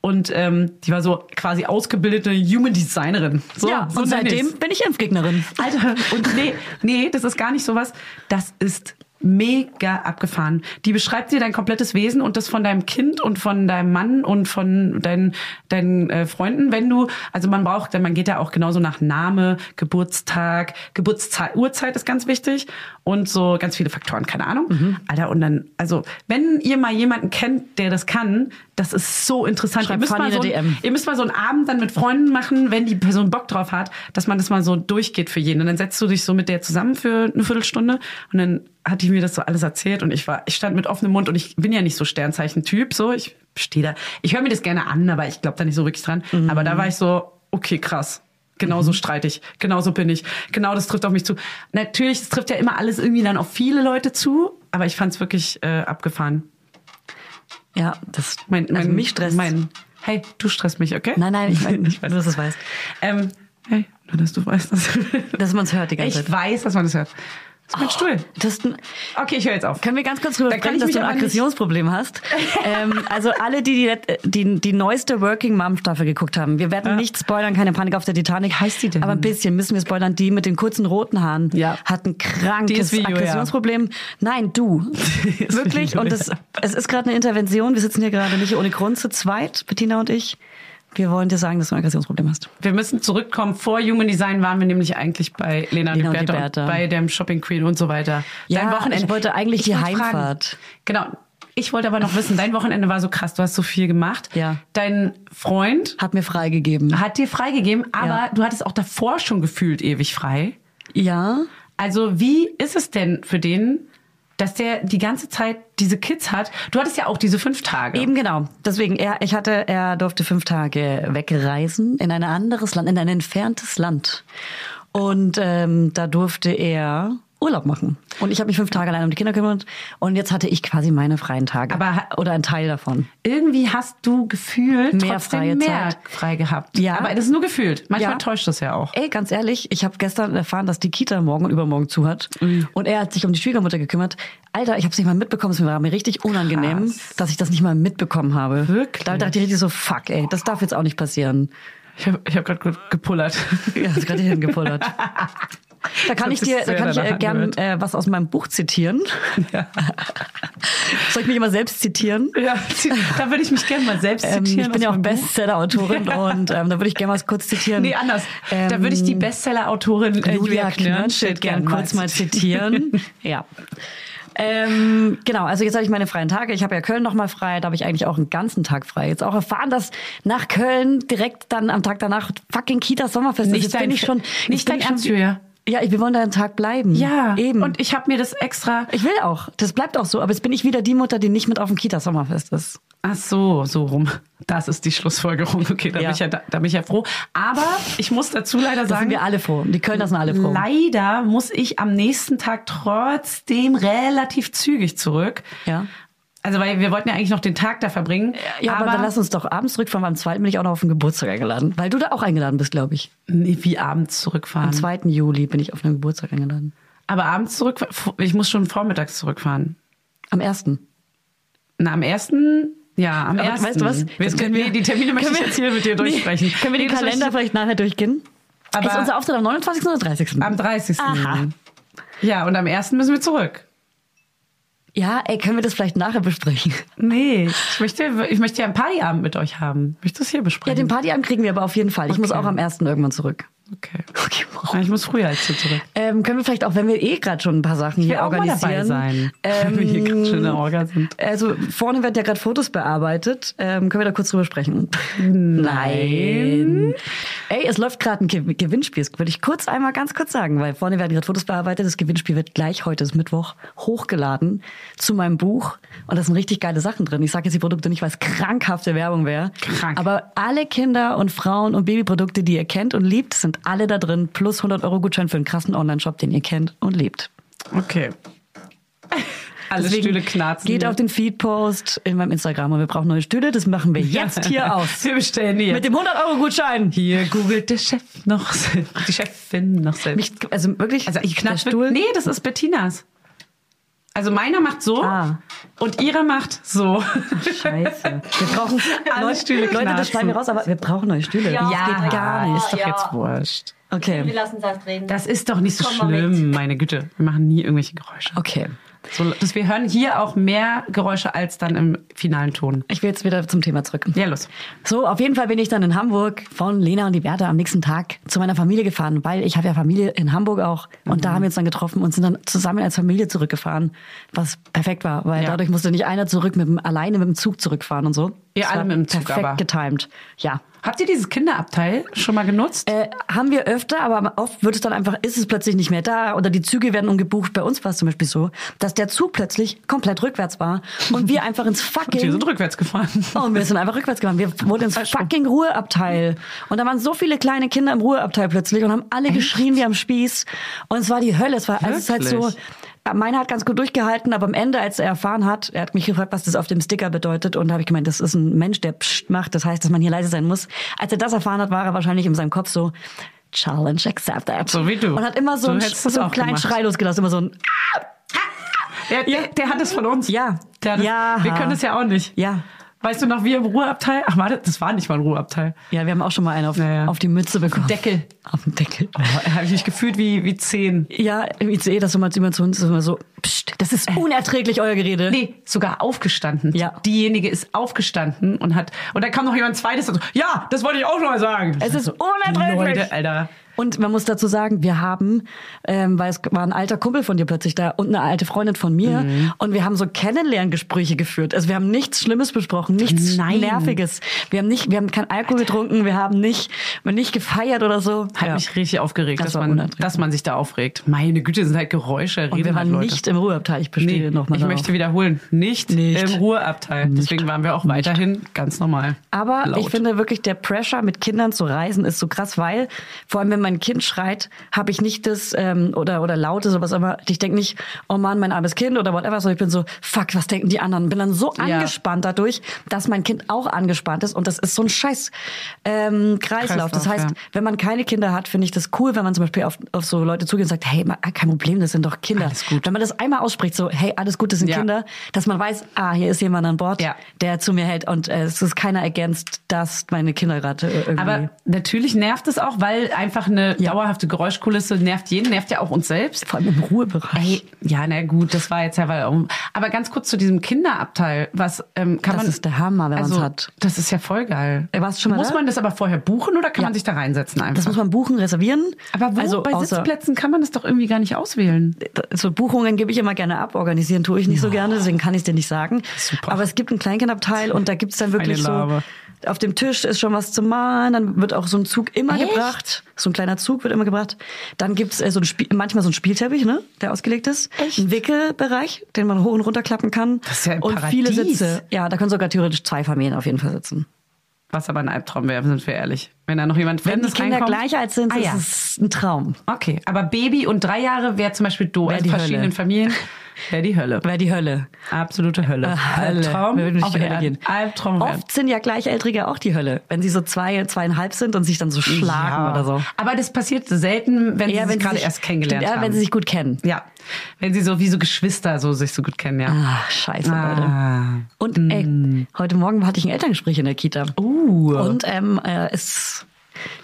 Speaker 1: Und ähm, die war so quasi ausgebildete Human Designerin. So,
Speaker 3: ja,
Speaker 1: so
Speaker 3: und
Speaker 1: nenn
Speaker 3: seitdem
Speaker 1: ich's.
Speaker 3: bin ich Impfgegnerin.
Speaker 1: Alter, und nee, nee, das ist gar nicht sowas. Das ist mega abgefahren. Die beschreibt dir dein komplettes Wesen und das von deinem Kind und von deinem Mann und von deinen, deinen äh, Freunden, wenn du, also man braucht, man geht da auch genauso nach Name, Geburtstag, Geburtszeit, Uhrzeit ist ganz wichtig und so ganz viele Faktoren, keine Ahnung. Alter, und dann, also wenn ihr mal jemanden kennt, der das kann, das ist so interessant.
Speaker 3: Schreibt
Speaker 1: ihr müsst
Speaker 3: Fanny
Speaker 1: mal so
Speaker 3: eine
Speaker 1: ein-
Speaker 3: DM.
Speaker 1: Ihr müsst mal so einen Abend dann mit Freunden machen, wenn die Person Bock drauf hat, dass man das mal so durchgeht für jeden. Und dann setzt du dich so mit der zusammen für eine Viertelstunde und dann hat die mir das so alles erzählt und ich war, ich stand mit offenem Mund und ich bin ja nicht so Sternzeichen-Typ, so ich stehe da. Ich höre mir das gerne an, aber ich glaube da nicht so wirklich dran.
Speaker 3: Mhm.
Speaker 1: Aber da war ich so, okay, krass. Genauso streitig, genauso bin ich, genau das trifft auf mich zu. Natürlich, es trifft ja immer alles irgendwie dann auf viele Leute zu, aber ich fand es wirklich äh, abgefahren.
Speaker 3: Ja, das
Speaker 1: Mein, mein,
Speaker 3: also mich stresst.
Speaker 1: Mein, hey, du stresst mich, okay?
Speaker 3: nein, nein, ich meine,
Speaker 1: Ich weiß.
Speaker 3: nur dass du es weißt.
Speaker 1: Ähm, hey, nur dass du weißt, dass,
Speaker 3: Dass man es hört die ganze
Speaker 1: ich
Speaker 3: Zeit. Oh.
Speaker 1: weiß, dass man das hört. Das ist mein Stuhl.
Speaker 3: Das,
Speaker 1: Okay, ich höre jetzt auf.
Speaker 3: Können wir ganz kurz drüber
Speaker 1: Da kann
Speaker 3: sprechen,
Speaker 1: ich
Speaker 3: dass
Speaker 1: mich
Speaker 3: du ein
Speaker 1: aber nicht-
Speaker 3: Aggressionsproblem hast? ähm, also alle, die die, let- die die neueste Working Mom Staffel geguckt haben, wir werden nicht spoilern, keine Panik auf der Titanic.
Speaker 1: Wie heißt die denn?
Speaker 3: Aber ein bisschen müssen wir spoilern. Die mit den kurzen roten Haaren
Speaker 1: Ja.
Speaker 3: hat ein
Speaker 1: Die
Speaker 3: krankes
Speaker 1: ist wie Julia.
Speaker 3: Aggressionsproblem. Nein, du.
Speaker 1: ist wie
Speaker 3: Wirklich. Und
Speaker 1: Julia.
Speaker 3: es, es ist gerade eine Intervention. Wir sitzen hier gerade nicht ohne Grund zu zweit, Bettina und ich. Wir wollen dir sagen, dass du ein Aggressionsproblem hast.
Speaker 1: Wir müssen zurückkommen. Vor Human Design waren wir nämlich eigentlich bei Lena,
Speaker 3: Lena und
Speaker 1: und Bertha und
Speaker 3: Liberta.
Speaker 1: bei dem Shopping Queen und so weiter.
Speaker 3: Ja,
Speaker 1: Dein Wochenende.
Speaker 3: ich wollte eigentlich die
Speaker 1: wollte
Speaker 3: Heimfahrt.
Speaker 1: Fragen. Genau. Ich wollte aber noch wissen, dein Wochenende war so krass, du hast so viel gemacht.
Speaker 3: Ja.
Speaker 1: Dein Freund
Speaker 3: Hat mir freigegeben.
Speaker 1: hat dir freigegeben, aber
Speaker 3: Ja.
Speaker 1: du hattest auch davor schon gefühlt ewig frei.
Speaker 3: Ja.
Speaker 1: Also wie ist es denn für den, dass der die ganze Zeit diese Kids hat? Du hattest ja auch diese fünf Tage.
Speaker 3: Eben genau. Deswegen, er, ich hatte, er durfte fünf Tage wegreisen in ein anderes Land, in ein entferntes Land. Und ähm, da durfte er Urlaub machen. Und ich habe mich fünf Tage allein um die Kinder gekümmert. Und jetzt hatte ich quasi meine freien Tage.
Speaker 1: Aber ha-
Speaker 3: oder einen Teil davon.
Speaker 1: Irgendwie hast du gefühlt
Speaker 3: Mehr
Speaker 1: trotzdem
Speaker 3: freie
Speaker 1: mehr
Speaker 3: Zeit.
Speaker 1: frei gehabt.
Speaker 3: Ja.
Speaker 1: Aber das ist nur gefühlt. Manchmal
Speaker 3: Ja.
Speaker 1: täuscht das ja auch.
Speaker 3: Ey, ganz ehrlich, ich habe gestern erfahren, dass die Kita morgen und übermorgen zu hat.
Speaker 1: Mhm.
Speaker 3: Und er hat sich um die Schwiegermutter gekümmert. Alter, ich habe es nicht mal mitbekommen. Es war mir richtig unangenehm,
Speaker 1: Krass.
Speaker 3: dass ich das nicht mal mitbekommen habe.
Speaker 1: Wirklich?
Speaker 3: Da dachte ich richtig so, fuck, ey, das darf jetzt auch nicht passieren.
Speaker 1: Ich habe ich hab gerade gepullert.
Speaker 3: Ja, hast gerade hierhin gepullert. Da kann ich dir da kann ich äh, gern äh, was aus meinem Buch zitieren. Soll ich mich immer selbst zitieren?
Speaker 1: Ja, da würde ich mich gerne mal selbst
Speaker 3: Ähm,
Speaker 1: zitieren.
Speaker 3: ich bin ja
Speaker 1: aus
Speaker 3: auch ähm,
Speaker 1: meinem Buch.
Speaker 3: Bestseller-Autorin und ähm, da würde ich gerne was kurz zitieren.
Speaker 1: Nee, anders. da würde ich die Bestseller-Autorin äh,
Speaker 3: Julia Knirnschild ähm, gern kurz mal zitieren. Also ja. Ähm, genau, also jetzt habe ich meine freien Tage. Ich habe ja Köln nochmal frei, da habe ich eigentlich auch einen ganzen Tag frei. Jetzt auch erfahren, dass nach Köln direkt dann am Tag danach fucking Kita Sommerfest
Speaker 1: Nicht
Speaker 3: ist. Jetzt
Speaker 1: dein-
Speaker 3: bin ich schon,
Speaker 1: nicht
Speaker 3: jetzt bin
Speaker 1: dein
Speaker 3: ich schon-
Speaker 1: Ernst, Julia.
Speaker 3: Ja, wir wollen da einen Tag bleiben.
Speaker 1: Ja,
Speaker 3: eben.
Speaker 1: Und ich habe mir das extra.
Speaker 3: ich will auch. Das bleibt auch so. Aber jetzt bin ich wieder die Mutter, die nicht mit auf dem Kita Sommerfest ist.
Speaker 1: Ach so, so rum. Das ist die Schlussfolgerung. Okay, da,
Speaker 3: Ja.
Speaker 1: bin ich ja, da, da bin ich ja froh. Aber ich muss dazu leider
Speaker 3: Da sind
Speaker 1: sagen,
Speaker 3: wir alle froh. Die Kölner sind alle froh.
Speaker 1: leider muss ich am nächsten Tag trotzdem relativ zügig zurück.
Speaker 3: Ja.
Speaker 1: Also, weil wir wollten ja eigentlich noch den Tag da verbringen.
Speaker 3: Äh, Ja, aber, dann lass uns doch abends zurückfahren. Beim zweiten bin ich auch noch auf den Geburtstag eingeladen. Weil du da auch eingeladen bist, glaube ich.
Speaker 1: nee, wie abends
Speaker 3: Am
Speaker 1: zurückfahren.
Speaker 3: 2. Juli bin ich auf einen Geburtstag eingeladen.
Speaker 1: Aber abends zurückfahren. Ich muss schon vormittags zurückfahren.
Speaker 3: Am 1.
Speaker 1: Na, am ersten. Ja, am
Speaker 3: Aber
Speaker 1: ersten.
Speaker 3: weißt du was?
Speaker 1: Wir, können wir, die Termine möchte ich
Speaker 3: Können wir-
Speaker 1: jetzt hier mit dir
Speaker 3: Nee,
Speaker 1: durchsprechen.
Speaker 3: Können wir den
Speaker 1: Nee, das
Speaker 3: Kalender
Speaker 1: möchte
Speaker 3: vielleicht nachher durchgehen?
Speaker 1: Aber-
Speaker 3: ist unser Auftritt am 29. oder 30.?
Speaker 1: ich- Am 30.
Speaker 3: Aha.
Speaker 1: Ja, und am ersten müssen wir zurück.
Speaker 3: ja, ey, können wir das vielleicht nachher besprechen?
Speaker 1: Nee, ich möchte, ich möchte ja einen Partyabend mit euch haben. Ich möchte das hier
Speaker 3: Ja,
Speaker 1: besprechen.
Speaker 3: den Partyabend kriegen wir aber auf jeden Fall. Ich muss
Speaker 1: Okay.
Speaker 3: auch am 1. irgendwann zurück.
Speaker 1: okay.
Speaker 3: Okay, wow.
Speaker 1: Ja, Ich muss früher als du zurück.
Speaker 3: Ähm, können wir vielleicht auch, wenn wir eh gerade schon ein paar Sachen
Speaker 1: Ich will
Speaker 3: hier
Speaker 1: auch mal
Speaker 3: organisieren.
Speaker 1: dabei sein,
Speaker 3: Ähm,
Speaker 1: wenn wir hier gerade schon in der Orga sind.
Speaker 3: Also vorne werden ja gerade Fotos bearbeitet. Ähm, können wir da kurz drüber sprechen? Nein. Ey, es läuft gerade ein Ge- Gewinnspiel. Das würde ich kurz einmal ganz kurz sagen, weil vorne werden gerade Fotos bearbeitet. Das Gewinnspiel wird gleich heute, ist Mittwoch, hochgeladen zu meinem Buch. Und da sind richtig geile Sachen drin. Ich sage jetzt die Produkte nicht, weil es krankhafte Werbung wäre.
Speaker 1: Krank.
Speaker 3: Aber alle Kinder und Frauen und Babyprodukte, die ihr kennt und liebt, sind alle da drin. Plus 100 Euro Gutschein für einen krassen Online-Shop, den ihr kennt und liebt.
Speaker 1: Okay. Alle Stühle knarzen.
Speaker 3: Geht auf den Feed-Post in meinem Instagram und wir brauchen neue Stühle. Das machen wir jetzt hier aus.
Speaker 1: Wir bestellen hier.
Speaker 3: Mit dem 100-Euro-Gutschein.
Speaker 1: hier googelt der Chef noch selbst. Die Chefin noch selbst.
Speaker 3: Mich- Also wirklich,
Speaker 1: also ich
Speaker 3: der
Speaker 1: knapp
Speaker 3: Stuhl.
Speaker 1: Nee, das ist Bettinas. Also meiner macht so
Speaker 3: Ah.
Speaker 1: und ihre macht so.
Speaker 3: Scheiße. Wir brauchen
Speaker 1: Alle
Speaker 3: neue
Speaker 1: Stühle
Speaker 3: Leute, das
Speaker 1: knarzen.
Speaker 3: schneiden wir raus, aber wir brauchen neue Stühle.
Speaker 6: Ja.
Speaker 3: Das geht gar nicht.
Speaker 1: Ist doch jetzt wurscht.
Speaker 6: Wir
Speaker 3: Okay.
Speaker 6: lassen es halt reden.
Speaker 1: Das ist doch nicht so
Speaker 6: Komm mal mit.
Speaker 1: schlimm, meine Güte. Wir machen nie irgendwelche Geräusche.
Speaker 3: Okay.
Speaker 1: So, dass wir hören hier auch mehr Geräusche als dann im finalen Ton.
Speaker 3: Ich will jetzt wieder zum Thema zurück.
Speaker 1: Ja, los.
Speaker 3: So, auf jeden Fall bin ich dann in Hamburg von Lena und die Bertha am nächsten Tag zu meiner Familie gefahren, weil ich habe ja Familie in Hamburg auch. Und
Speaker 1: Mhm.
Speaker 3: da haben wir uns dann getroffen und sind dann zusammen als Familie zurückgefahren, was perfekt war, weil
Speaker 1: Ja.
Speaker 3: dadurch musste nicht einer zurück mit dem, alleine mit dem Zug zurückfahren und so.
Speaker 1: Ihr
Speaker 3: Das
Speaker 1: alle
Speaker 3: war
Speaker 1: mit dem Zug
Speaker 3: Perfekt
Speaker 1: aber.
Speaker 3: getimed. Ja.
Speaker 1: Habt ihr dieses Kinderabteil schon mal genutzt?
Speaker 3: Äh, haben wir öfter, aber oft wird es dann einfach, ist es plötzlich nicht mehr da oder die Züge werden umgebucht. Bei uns war es zum Beispiel so, dass der Zug plötzlich komplett rückwärts war und wir einfach ins
Speaker 1: Und wir
Speaker 3: fucking
Speaker 1: sind rückwärts gefahren.
Speaker 3: Oh, und wir sind einfach rückwärts gegangen. Wir wurden ins fucking Ruheabteil. Und da waren so viele kleine Kinder im Ruheabteil plötzlich und haben alle geschrien wie am Spieß. Und es war die Hölle. Es war, also es ist halt so,
Speaker 1: Wirklich?
Speaker 3: meiner hat ganz gut durchgehalten, aber am Ende, als er erfahren hat, er hat mich gefragt, was das auf dem Sticker bedeutet. Und da habe ich gemeint, das ist ein Mensch, der pscht macht. Das heißt, dass man hier leise sein muss. Als er das erfahren hat, war er wahrscheinlich in seinem Kopf so, Challenge accepted.
Speaker 1: So wie du.
Speaker 3: Und hat immer so,
Speaker 1: Du
Speaker 3: einen,
Speaker 1: hättest das
Speaker 3: so einen
Speaker 1: auch
Speaker 3: kleinen
Speaker 1: gemacht.
Speaker 3: Schrei losgelassen. Immer so ein,
Speaker 1: Der, der, der hat es von uns.
Speaker 3: Ja.
Speaker 1: Der hat es-
Speaker 3: Ja.
Speaker 1: Wir können das ja auch nicht.
Speaker 3: ja.
Speaker 1: Weißt du noch, wir im Ruheabteil? Ach, warte, das war nicht mal ein Ruheabteil.
Speaker 3: Ja, wir haben auch schon mal einen auf,
Speaker 1: Ja, ja.
Speaker 3: auf die Mütze bekommen.
Speaker 1: Deckel.
Speaker 3: Auf den Deckel.
Speaker 1: Habe ich Oh, mich gefühlt wie, wie zehn.
Speaker 3: Ja, im ICE, dass immer jemand zu uns ist, immer so, Psst, das ist unerträglich, euer Gerede.
Speaker 1: Nee, sogar aufgestanden.
Speaker 3: Ja.
Speaker 1: Diejenige ist aufgestanden und hat. Und dann kam noch jemand zweites und so, ja, das wollte ich auch noch mal sagen.
Speaker 3: Es ist unerträglich.
Speaker 1: Leute, Alter.
Speaker 3: Und man muss dazu sagen, wir haben, ähm, weil es war ein alter Kumpel von dir plötzlich da und eine alte Freundin von mir. Und wir haben so Kennenlerngespräche geführt. Also wir haben nichts Schlimmes besprochen, nichts
Speaker 1: Nein.
Speaker 3: Nerviges. Wir haben nicht, wir haben keinen Alkohol getrunken, wir haben nicht, wir haben nicht gefeiert oder so.
Speaker 1: Hat
Speaker 3: Ja.
Speaker 1: mich richtig aufgeregt,
Speaker 3: Das
Speaker 1: dass
Speaker 3: war
Speaker 1: man,
Speaker 3: unerträglich.
Speaker 1: dass man sich da aufregt. Meine Güte, das sind halt Geräusche, reden
Speaker 3: und wir
Speaker 1: halt
Speaker 3: waren
Speaker 1: Leute.
Speaker 3: nicht im Ruheabteil. Ich bestehe nochmal
Speaker 1: ich
Speaker 3: darauf.
Speaker 1: möchte wiederholen, nicht,
Speaker 3: Nicht. Ah,
Speaker 1: im Ruheabteil. Deswegen waren wir auch weiterhin ganz normal.
Speaker 3: Aber
Speaker 1: laut.
Speaker 3: ich finde wirklich, der Pressure mit Kindern zu reisen ist so krass, weil vor allem, wenn mein Kind schreit, habe ich nicht das ähm, oder oder lautes oder was auch immer. Ich denke nicht, oh Mann, mein armes Kind oder whatever, sondern ich bin so, fuck, was denken die anderen? Bin dann so
Speaker 1: Ja.
Speaker 3: angespannt dadurch, dass mein Kind auch angespannt ist und das ist so ein scheiß ähm, Kreislauf. Das
Speaker 1: Kreislauf,
Speaker 3: heißt,
Speaker 1: ja.
Speaker 3: wenn man keine Kinder hat, finde ich das cool, wenn man zum Beispiel auf, auf so Leute zugeht und sagt, hey, ma- ah, kein Problem, das sind doch Kinder.
Speaker 1: Alles gut.
Speaker 3: Wenn man das einmal ausspricht, so, hey, alles gut, das sind
Speaker 1: Ja.
Speaker 3: Kinder, dass man weiß, ah, hier ist jemand an Bord,
Speaker 1: Ja.
Speaker 3: der zu mir hält und äh, es ist keiner ergänzt, dass meine Kinderrate äh, irgendwie.
Speaker 1: Aber natürlich nervt es auch, weil einfach eine eine dauerhafte Geräuschkulisse nervt jeden, nervt ja auch uns selbst.
Speaker 3: Vor allem im Ruhebereich.
Speaker 1: Ey, ja, na gut, das war jetzt ja weil. um- Aber ganz kurz zu diesem Kinderabteil, was ähm, kann
Speaker 3: Das
Speaker 1: man?
Speaker 3: ist der Hammer, wenn man's
Speaker 1: also,
Speaker 3: hat.
Speaker 1: Das ist ja voll geil.
Speaker 3: Ey, warst du schon mal
Speaker 1: Muss
Speaker 3: da?
Speaker 1: man das aber vorher buchen oder kann
Speaker 3: Ja.
Speaker 1: man sich da reinsetzen einfach?
Speaker 3: Das muss man buchen, reservieren.
Speaker 1: aber wo
Speaker 3: also
Speaker 1: bei
Speaker 3: außer,
Speaker 1: Sitzplätzen kann man das doch irgendwie gar nicht auswählen.
Speaker 3: so Buchungen gebe ich immer gerne ab, organisieren tue ich nicht so gerne, deswegen kann ich dir nicht sagen.
Speaker 1: Super.
Speaker 3: Aber es gibt einen Kleinkindabteil und da gibt's dann wirklich
Speaker 1: Eine
Speaker 3: so,
Speaker 1: Larve.
Speaker 3: auf dem Tisch ist schon was zum Malen, dann wird auch so ein Zug immer
Speaker 1: Echt?
Speaker 3: gebracht, so ein kleiner Zug wird immer gebracht. Dann gibt's äh, so ein Spiel, manchmal so ein Spielteppich, ne, der ausgelegt ist.
Speaker 1: Echt?
Speaker 3: Ein Wickelbereich, den man hoch und runter klappen kann.
Speaker 1: Das ist ja ein
Speaker 3: und viele
Speaker 1: Paradies.
Speaker 3: Sitze. Ja, da können sogar theoretisch zwei Familien auf jeden Fall sitzen.
Speaker 1: Was aber ein Albtraum wäre, sind wir ehrlich. Wenn da noch jemand
Speaker 3: Wenn die
Speaker 1: Fremdes
Speaker 3: Kinder
Speaker 1: reinkommt.
Speaker 3: gleich alt sind,
Speaker 1: ah,
Speaker 3: ist
Speaker 1: ja.
Speaker 3: es ein Traum.
Speaker 1: Okay, aber Baby und drei Jahre wäre zum Beispiel doof.
Speaker 3: Wär
Speaker 1: Also
Speaker 3: die
Speaker 1: verschiedenen
Speaker 3: Hölle.
Speaker 1: Familien wäre die Hölle.
Speaker 3: Wäre die Hölle. Ah,
Speaker 1: Absolute Hölle.
Speaker 3: Hölle. Wir würden
Speaker 1: Albtraum
Speaker 3: durch
Speaker 1: auf
Speaker 3: die Hölle
Speaker 1: Erden.
Speaker 3: gehen.
Speaker 1: Albtraum auf Erden.
Speaker 3: Oft sind ja Gleichaltrige auch die Hölle, wenn sie so zwei, zweieinhalb sind und sich dann so schlagen
Speaker 1: Ja.
Speaker 3: oder so.
Speaker 1: Aber das passiert selten, wenn
Speaker 3: Eher,
Speaker 1: sie
Speaker 3: wenn
Speaker 1: sich
Speaker 3: sie
Speaker 1: gerade
Speaker 3: sich-
Speaker 1: erst kennengelernt
Speaker 3: stimmt, eher,
Speaker 1: haben.
Speaker 3: wenn sie sich gut kennen.
Speaker 1: Ja, wenn sie so wie so Geschwister so sich so gut kennen, ja.
Speaker 3: Ah, scheiße,
Speaker 1: Ah. Hm.
Speaker 3: Leute. Und ey, heute Morgen hatte ich ein Elterngespräch in der Kita.
Speaker 1: Uh.
Speaker 3: Und ähm, äh, es,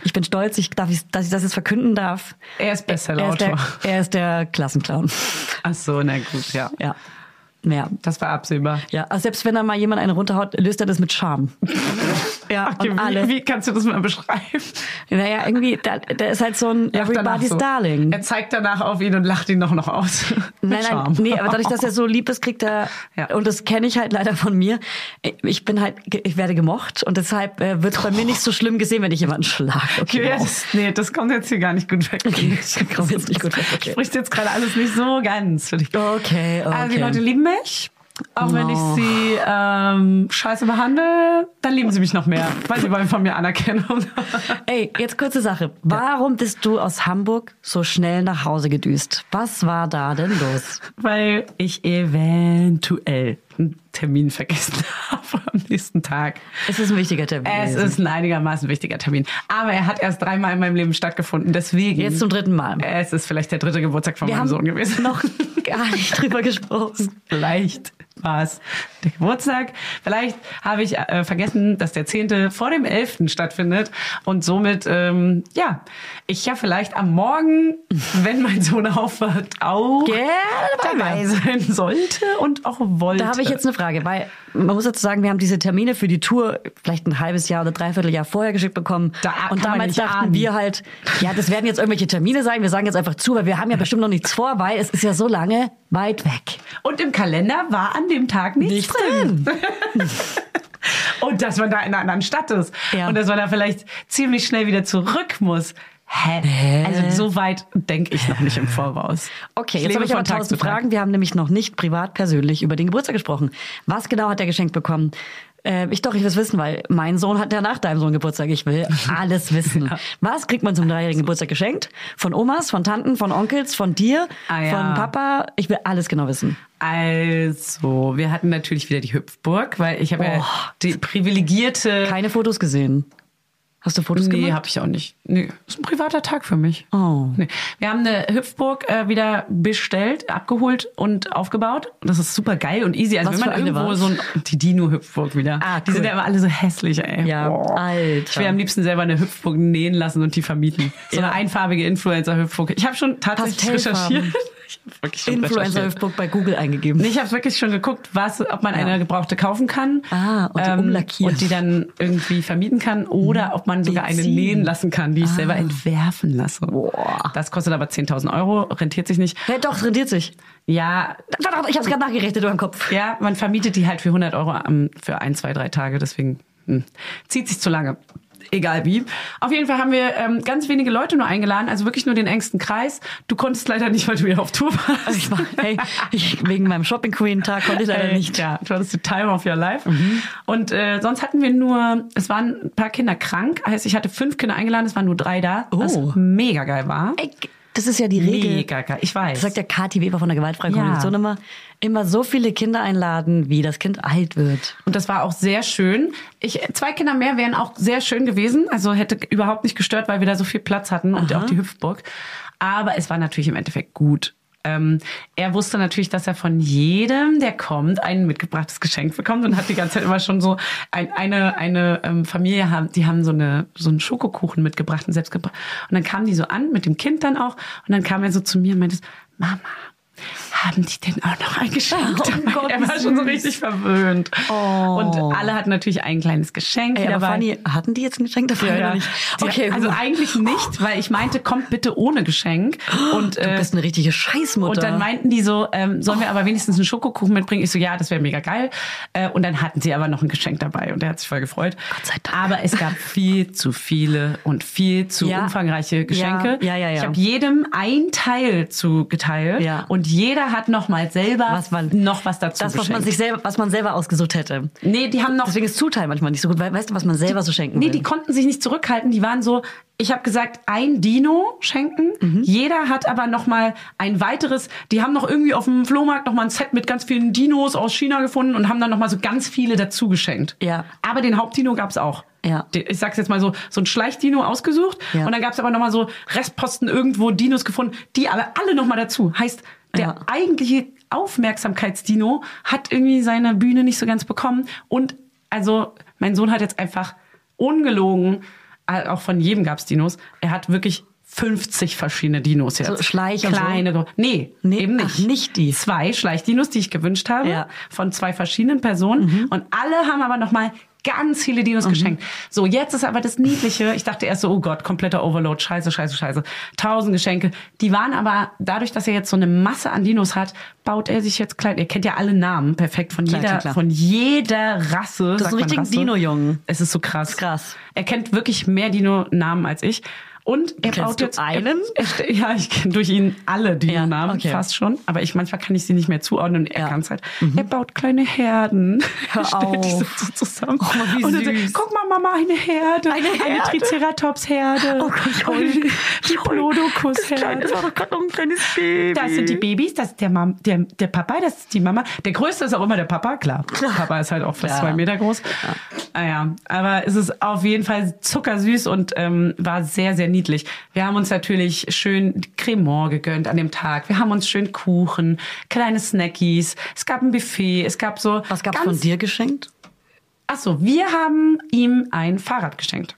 Speaker 3: ich bin stolz, ich darf, ich- dass ich das jetzt verkünden darf.
Speaker 1: Er ist
Speaker 3: Er ist der,
Speaker 1: Bestsellerautor.
Speaker 3: er ist der Klassenclown.
Speaker 1: Ach so, na gut, ja.
Speaker 3: Ja. Mehr.
Speaker 1: Das war absehbar.
Speaker 3: Ja, also selbst wenn da mal jemand eine runterhaut, löst er das mit Charme. ja,
Speaker 1: Okay,
Speaker 3: und alle.
Speaker 1: wie, wie kannst du das mal beschreiben?
Speaker 3: Naja, irgendwie, da, da ist halt so ein
Speaker 1: Lacht danach
Speaker 3: Everybody's
Speaker 1: so.
Speaker 3: Darling.
Speaker 1: Er zeigt danach auf ihn und lacht ihn noch noch aus. Mit
Speaker 3: Nein, nein,
Speaker 1: Charme.
Speaker 3: nee, aber dadurch, dass er so lieb ist, kriegt er,
Speaker 1: Ja.
Speaker 3: und das kenne ich halt leider von mir, ich bin halt, ge- ich werde gemocht und deshalb äh, wird bei mir nicht so schlimm gesehen, wenn ich jemanden schlage. Okay,
Speaker 1: Ja,
Speaker 3: wow.
Speaker 1: das, nee, das kommt jetzt hier gar nicht gut weg.
Speaker 3: genau. Okay, das kommt jetzt nicht gut weg, okay.
Speaker 1: Spricht jetzt gerade alles nicht so ganz für dich.
Speaker 3: Okay, okay.
Speaker 1: Also die Leute lieben mich. Auch wenn ich
Speaker 3: Oh.
Speaker 1: sie ähm, scheiße behandle, dann lieben sie mich noch mehr, weil sie wollen von mir Anerkennung.
Speaker 3: Ey, jetzt kurze Sache. Warum bist du aus Hamburg so schnell nach Hause gedüst? Was war da denn los?
Speaker 1: weil ich eventuell einen Termin vergessen habe am nächsten Tag.
Speaker 3: Es ist ein wichtiger Termin.
Speaker 1: Es
Speaker 3: gewesen.
Speaker 1: ist ein einigermaßen wichtiger Termin. Aber er hat erst dreimal in meinem Leben stattgefunden. Deswegen.
Speaker 3: Jetzt zum dritten Mal.
Speaker 1: Es ist vielleicht der dritte Geburtstag von
Speaker 3: Wir
Speaker 1: Äh, meinem
Speaker 3: haben
Speaker 1: Sohn gewesen.
Speaker 3: noch gar nicht drüber gesprochen.
Speaker 1: Vielleicht war es der Geburtstag. Vielleicht habe ich äh, vergessen, dass der 10. vor dem 11. stattfindet. Und somit, ähm, ja, ich ja vielleicht am Morgen, wenn mein Sohn aufwacht, auch
Speaker 3: Gerne dabei
Speaker 1: dabei
Speaker 3: wäre.
Speaker 1: sein sollte und äh, auch wollte.
Speaker 3: Da habe ich jetzt eine Frage, weil man muss dazu sagen, wir haben diese Termine für die Tour vielleicht ein halbes Jahr oder dreiviertel Jahr vorher geschickt bekommen.
Speaker 1: Da kann
Speaker 3: und
Speaker 1: man
Speaker 3: damals
Speaker 1: nicht
Speaker 3: dachten
Speaker 1: ahnen.
Speaker 3: wir halt, ja, das werden jetzt irgendwelche Termine sein. Wir sagen jetzt einfach zu, weil wir haben ja bestimmt noch nichts vor, weil es ist ja so lange weit weg.
Speaker 1: Und im Kalender war an dem Tag nichts
Speaker 3: Nichts
Speaker 1: drin. und dass man da in einer anderen Stadt ist.
Speaker 3: Ja.
Speaker 1: Und dass man da vielleicht ziemlich schnell wieder zurück muss. Hä? Also so weit denke ich noch nicht im Voraus.
Speaker 3: Okay,
Speaker 1: Ich
Speaker 3: jetzt
Speaker 1: lebe
Speaker 3: habe ich aber
Speaker 1: von Tag
Speaker 3: tausend
Speaker 1: zu Tag.
Speaker 3: Fragen. Wir haben nämlich noch nicht privat persönlich über den Geburtstag gesprochen. Was genau hat er geschenkt bekommen? Äh, ich doch, ich will es wissen, weil mein Sohn hat ja nach deinem Sohn Geburtstag. Ich will alles wissen. Was kriegt man zum dreijährigen Geburtstag geschenkt? Von Omas, von Tanten, von Onkels, von dir,
Speaker 1: Ah, ja.
Speaker 3: von Papa. Ich will alles genau wissen.
Speaker 1: Also, wir hatten natürlich wieder die Hüpfburg, weil ich habe ja
Speaker 3: Oh.
Speaker 1: die privilegierte.
Speaker 3: Keine Fotos gesehen. Hast du Fotos
Speaker 1: nee,
Speaker 3: gemacht?
Speaker 1: habe ich auch nicht. Nee, ist ein privater Tag für mich.
Speaker 3: Oh.
Speaker 1: Nee. Wir haben eine Hüpfburg äh, wieder bestellt, abgeholt und aufgebaut. Das ist super geil und easy. Also
Speaker 3: Was
Speaker 1: wenn
Speaker 3: für
Speaker 1: man
Speaker 3: eine
Speaker 1: irgendwo
Speaker 3: war's?
Speaker 1: so ein die Dino Hüpfburg wieder.
Speaker 3: Ah,
Speaker 1: Die sind
Speaker 3: cool.
Speaker 1: ja immer alle so hässlich, ey.
Speaker 3: Ja, Alter.
Speaker 1: Ich will am liebsten selber eine Hüpfburg nähen lassen und die vermieten. So
Speaker 3: Ja.
Speaker 1: eine einfarbige Influencer Hüpfburg. Ich habe schon tatsächlich
Speaker 3: Pastellfarben.
Speaker 1: recherchiert. Ich hab wirklich schon
Speaker 3: Influencer
Speaker 1: recherchiert.
Speaker 3: Hüpfburg bei Google eingegeben.
Speaker 1: Nee, ich habe wirklich schon geguckt, was, ob man
Speaker 3: Ja.
Speaker 1: eine gebrauchte kaufen kann. ähm,
Speaker 3: Ah, und die umlackieren. Hm.
Speaker 1: Und die dann irgendwie vermieten kann. Oder ob man sogar eine
Speaker 3: ziehen.
Speaker 1: nähen lassen kann, die ich selber entwerfen lasse.
Speaker 3: Ah. Boah.
Speaker 1: Das kostet aber 10.000 Euro, rentiert sich nicht.
Speaker 3: Ja, doch, rendiert sich.
Speaker 1: Ja,
Speaker 3: Doch, doch, Ich habe es gerade nachgerechnet in meinem Kopf.
Speaker 1: ja, man vermietet die halt für 100 Euro am- für ein, zwei, drei Tage. Deswegen hm, zieht sich zu lange. Egal wie. Auf jeden Fall haben wir ähm, ganz wenige Leute nur eingeladen, also wirklich nur den engsten Kreis. Du konntest leider nicht, weil du ja auf Tour warst.
Speaker 3: Ich war, hey, ich, wegen meinem Shopping Queen Tag konnte ich leider
Speaker 1: Äh,
Speaker 3: nicht. Mhm.
Speaker 1: Ja, du hattest die Time of Your Life. Und äh, sonst hatten wir nur, es waren ein paar Kinder krank. Heißt, ich hatte fünf Kinder eingeladen, es waren nur drei da, was
Speaker 3: Oh.
Speaker 1: mega geil war.
Speaker 3: Ey, das ist ja die Regel.
Speaker 1: Mega geil, ich weiß.
Speaker 3: Das sagt ja Kathi Weber von der gewaltfreien
Speaker 1: Ja.
Speaker 3: Kommunikation immer. Immer so viele Kinder einladen, wie das Kind alt wird.
Speaker 1: Und das war auch sehr schön. Ich, zwei Kinder mehr wären auch sehr schön gewesen. Also hätte überhaupt nicht gestört, weil wir da so viel Platz hatten und auch die Hüpfburg. Aber es war natürlich im Endeffekt gut. ähm, er wusste natürlich, dass er von jedem, der kommt, ein mitgebrachtes Geschenk bekommt und hat die ganze Zeit immer schon so ein, eine eine ähm, Familie haben, die haben so eine so einen Schokokuchen mitgebracht und selbst gebracht. Und dann kamen die so an mit dem Kind dann auch und dann kam er so zu mir und meinte, Mama. Haben die denn auch noch ein Geschenk?
Speaker 3: Oh
Speaker 1: dabei?"
Speaker 3: Gott,
Speaker 1: er war
Speaker 3: wie
Speaker 1: schon so
Speaker 3: süß.
Speaker 1: richtig verwöhnt. Und alle hatten natürlich ein kleines Geschenk
Speaker 3: Oh. Ey, aber
Speaker 1: dabei.
Speaker 3: Fanny, hatten die jetzt ein Geschenk dafür?
Speaker 1: Ja.
Speaker 3: oder nicht?
Speaker 1: Die-
Speaker 3: Okay,
Speaker 1: also
Speaker 3: huh.
Speaker 1: eigentlich nicht, weil ich meinte, kommt bitte ohne Geschenk. Und,
Speaker 3: du
Speaker 1: äh,
Speaker 3: bist eine richtige Scheißmutter.
Speaker 1: und dann meinten die so, ähm, sollen wir aber wenigstens einen Schokokuchen mitbringen? Ich so, ja, das wäre mega geil. Äh, und dann hatten sie aber noch ein Geschenk dabei und er hat sich voll gefreut.
Speaker 3: Gott sei Dank.
Speaker 1: Aber es gab viel zu viele und viel zu
Speaker 3: Ja.
Speaker 1: umfangreiche Geschenke.
Speaker 3: Ja, ja, ja, ja.
Speaker 1: Ich habe jedem ein Teil zugeteilt
Speaker 3: Ja.
Speaker 1: und jeder hat nochmal selber
Speaker 3: Was man-
Speaker 1: noch was dazu
Speaker 3: das, was man
Speaker 1: geschenkt.
Speaker 3: sich selber, was man selber ausgesucht hätte.
Speaker 1: Nee, die haben noch
Speaker 3: Deswegen ist Zuteil manchmal nicht so gut, weil weißt du, was man selber so schenken
Speaker 1: Nee,
Speaker 3: will.
Speaker 1: die konnten sich nicht zurückhalten. Die waren so, ich habe gesagt, ein Dino schenken.
Speaker 3: Mhm.
Speaker 1: Jeder hat aber noch mal ein weiteres. Die haben noch irgendwie auf dem Flohmarkt noch mal ein Set mit ganz vielen Dinos aus China gefunden und haben dann noch mal so ganz viele dazu geschenkt.
Speaker 3: Ja.
Speaker 1: Aber den Hauptdino gab's auch.
Speaker 3: Ja.
Speaker 1: Den- Ich sag's jetzt mal so, so ein Schleichdino ausgesucht
Speaker 3: Ja.
Speaker 1: und dann gab's aber noch mal so Restposten irgendwo Dinos gefunden, die aber alle noch mal dazu. Heißt, der
Speaker 3: Ja.
Speaker 1: eigentliche Aufmerksamkeitsdino hat irgendwie seine Bühne nicht so ganz bekommen. Und also, mein Sohn hat jetzt einfach ungelogen, äh, auch von jedem gab's Dinos, er hat wirklich 50 verschiedene Dinos jetzt.
Speaker 3: So Schleich und so?
Speaker 1: Kleine, gro- nee,
Speaker 3: Nee,
Speaker 1: eben nicht.
Speaker 3: ach, nicht die.
Speaker 1: Zwei Schleichdinos, die ich gewünscht habe,
Speaker 3: Ja. Mhm.
Speaker 1: von zwei verschiedenen Personen. Und alle haben aber nochmal ganz viele Dinos geschenkt. So, jetzt ist aber das Niedliche. Ich dachte erst so, oh Gott, kompletter Overload, scheiße, scheiße, scheiße. Tausend Geschenke. Die waren aber, dadurch, dass er jetzt so eine Masse an Dinos hat, baut er sich jetzt klein. Ihr kennt ja alle Namen perfekt von
Speaker 3: Klar,
Speaker 1: jeder,
Speaker 3: klar, klar.
Speaker 1: von jeder Rasse.
Speaker 3: ist
Speaker 1: sagt
Speaker 3: ein
Speaker 1: man
Speaker 3: richtiger
Speaker 1: Rasse.
Speaker 3: Dino-Jungen.
Speaker 1: Es ist so krass.
Speaker 3: ist krass.
Speaker 1: Er kennt wirklich mehr Dino-Namen als ich. Und er
Speaker 3: Kennst
Speaker 1: baut
Speaker 3: du
Speaker 1: jetzt
Speaker 3: einen?
Speaker 1: Er, ja, ich kenne durch ihn alle Dino-Namen
Speaker 3: Ja, okay.
Speaker 1: fast schon, aber ich manchmal kann ich sie nicht mehr zuordnen. und Er
Speaker 3: Ja. Mhm.
Speaker 1: kann es halt. Er baut kleine Herden.
Speaker 3: Hör
Speaker 1: er stellt die so
Speaker 3: auf.
Speaker 1: so zusammen.
Speaker 3: Oh, wie
Speaker 1: und dann sagt,
Speaker 3: süß.
Speaker 1: Guck mal, Mama, eine Herde,
Speaker 3: Eine Herde.
Speaker 1: Triceratops-Herde,
Speaker 3: Oh Gott, ich heul.
Speaker 1: Und die
Speaker 3: Das kleine-
Speaker 1: Plodocus-Herde.
Speaker 3: das war doch gerade noch ein kleines Baby.
Speaker 1: Das sind die Babys, das ist der, Mam der, der Papa, das ist die Mama. Der Größte ist auch immer der Papa, klar. Papa ist halt auch fast
Speaker 3: Ja.
Speaker 1: zwei Meter groß. Naja, aber es ist auf jeden Fall zuckersüß und ähm, war sehr, sehr niedlich. Wir haben uns natürlich schön Cremant gegönnt an dem Tag. Wir haben uns schön Kuchen, kleine Snackies. Es gab ein Buffet, es gab so...
Speaker 3: Was gab's
Speaker 1: ganz-
Speaker 3: von dir geschenkt?
Speaker 1: Ach so, wir haben ihm ein Fahrrad geschenkt.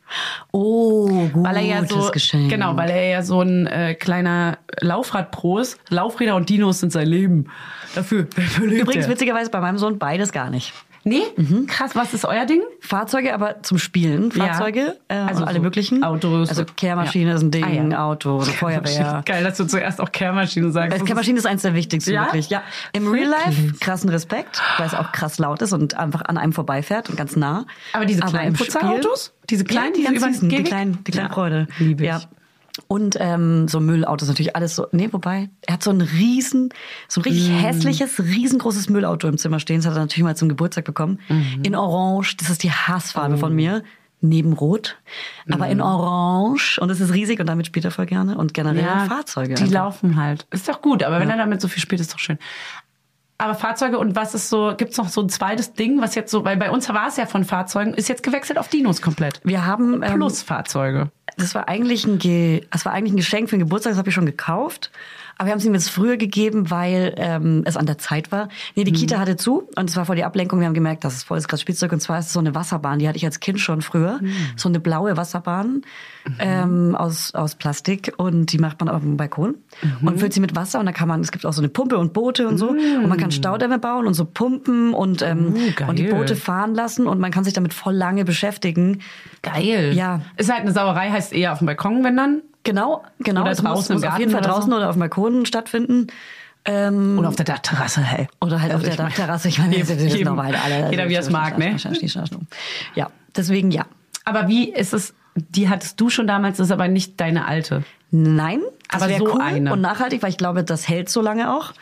Speaker 3: Oh, gutes
Speaker 1: Weil er ja so,
Speaker 3: Geschenk.
Speaker 1: genau, weil er ja so ein äh, kleiner Laufradpro ist. Laufräder und Dinos sind sein Leben. Dafür, dafür lebt
Speaker 3: Übrigens Mhm.
Speaker 1: er.
Speaker 3: witzigerweise bei meinem Sohn beides gar nicht.
Speaker 1: Nee? Krass, was ist euer Ding?
Speaker 3: Fahrzeuge, aber zum Spielen.
Speaker 1: Ja.
Speaker 3: Fahrzeuge, äh, also
Speaker 1: Also
Speaker 3: alle
Speaker 1: so
Speaker 3: möglichen.
Speaker 1: Autos.
Speaker 3: Also Kehrmaschine ist ein Ding,
Speaker 1: Ah, ja.
Speaker 3: Auto, eine Feuerwehr.
Speaker 1: Geil, dass du zuerst auch Kehrmaschinen sagst.
Speaker 3: Äh, Kehrmaschine ist eins der wichtigsten,
Speaker 1: Ja?
Speaker 3: wirklich. Ja. Im Real Life, krassen Respekt, weil es auch krass laut ist und einfach an einem vorbeifährt und ganz nah.
Speaker 1: Aber diese
Speaker 3: im
Speaker 1: kleinen Putzerautos?
Speaker 3: Spiel-
Speaker 1: Diese kleinen,
Speaker 3: ja,
Speaker 1: die
Speaker 3: die,
Speaker 1: so
Speaker 3: ganz
Speaker 1: über den
Speaker 3: süßen, die
Speaker 1: Gehweg?
Speaker 3: kleinen, die kleinen
Speaker 1: Ja,
Speaker 3: Freude.
Speaker 1: liebe ich.
Speaker 3: Ja. Und ähm, so Müllautos natürlich alles so. Nee, wobei, er hat so ein riesen, so ein
Speaker 1: Mm.
Speaker 3: richtig hässliches, riesengroßes Müllauto im Zimmer stehen. Das hat er natürlich mal zum Geburtstag bekommen.
Speaker 1: Mhm.
Speaker 3: In Orange, das ist die Hassfarbe
Speaker 1: Oh.
Speaker 3: von mir. Neben Rot, aber
Speaker 1: Mhm.
Speaker 3: in Orange und es ist riesig und damit spielt er voll gerne und generell Fahrzeuge. Also
Speaker 1: Die
Speaker 3: einfach.
Speaker 1: laufen halt. Ist doch gut, aber wenn er damit so viel spielt, ist doch schön. Aber Fahrzeuge und was ist so, gibt's noch so ein zweites Ding, was jetzt so, weil bei uns war es ja von Fahrzeugen, ist jetzt gewechselt auf Dinos komplett.
Speaker 3: Wir haben ähm,
Speaker 1: Plus Fahrzeuge.
Speaker 3: Das war eigentlich ein, Ge das war eigentlich ein Geschenk für den Geburtstag, das habe ich schon gekauft. Aber wir haben es ihm jetzt früher gegeben, weil ähm, es an der Zeit war.
Speaker 1: Mhm.
Speaker 3: Nee, die Kita hatte zu und es war voll die Ablenkung. Wir haben gemerkt, das ist volles krass Spielzeug. Und zwar ist es so eine Wasserbahn, die hatte ich als Kind schon früher.
Speaker 1: Mhm.
Speaker 3: So eine blaue Wasserbahn ähm, aus, aus Plastik und die macht man auf dem Balkon
Speaker 1: Mhm.
Speaker 3: und füllt sie mit Wasser. Und da kann man, es gibt auch so eine Pumpe und Boote und so. Und man kann Staudämme bauen und so Pumpen und, ähm,
Speaker 1: Uh, geil.
Speaker 3: und die Boote fahren lassen. Und man kann sich damit voll lange beschäftigen.
Speaker 1: Geil.
Speaker 3: Ja.
Speaker 1: Ist halt eine Sauerei, heißt eher auf dem Balkon, wenn dann.
Speaker 3: Genau, genau.
Speaker 1: Oder
Speaker 3: es
Speaker 1: draußen
Speaker 3: muss,
Speaker 1: im
Speaker 3: muss auf
Speaker 1: Garten
Speaker 3: jeden Fall
Speaker 1: oder
Speaker 3: draußen
Speaker 1: so.
Speaker 3: oder auf dem Balkon stattfinden. Ähm,
Speaker 1: Oder auf der Dachterrasse, hey.
Speaker 3: oder halt
Speaker 1: Also
Speaker 3: auf
Speaker 1: ich
Speaker 3: der
Speaker 1: meine,
Speaker 3: Terrasse. Ich meine,
Speaker 1: jedem-
Speaker 3: das ist
Speaker 1: jedem-
Speaker 3: normal. Alle,
Speaker 1: jeder, wie er's mag, ne?
Speaker 3: Ja, deswegen ja.
Speaker 1: Aber wie ist es, die hattest du schon damals, ist aber nicht deine alte.
Speaker 3: Nein, das
Speaker 1: Aber
Speaker 3: wär
Speaker 1: so
Speaker 3: cool
Speaker 1: eine.
Speaker 3: und nachhaltig, weil ich glaube, das hält so lange auch.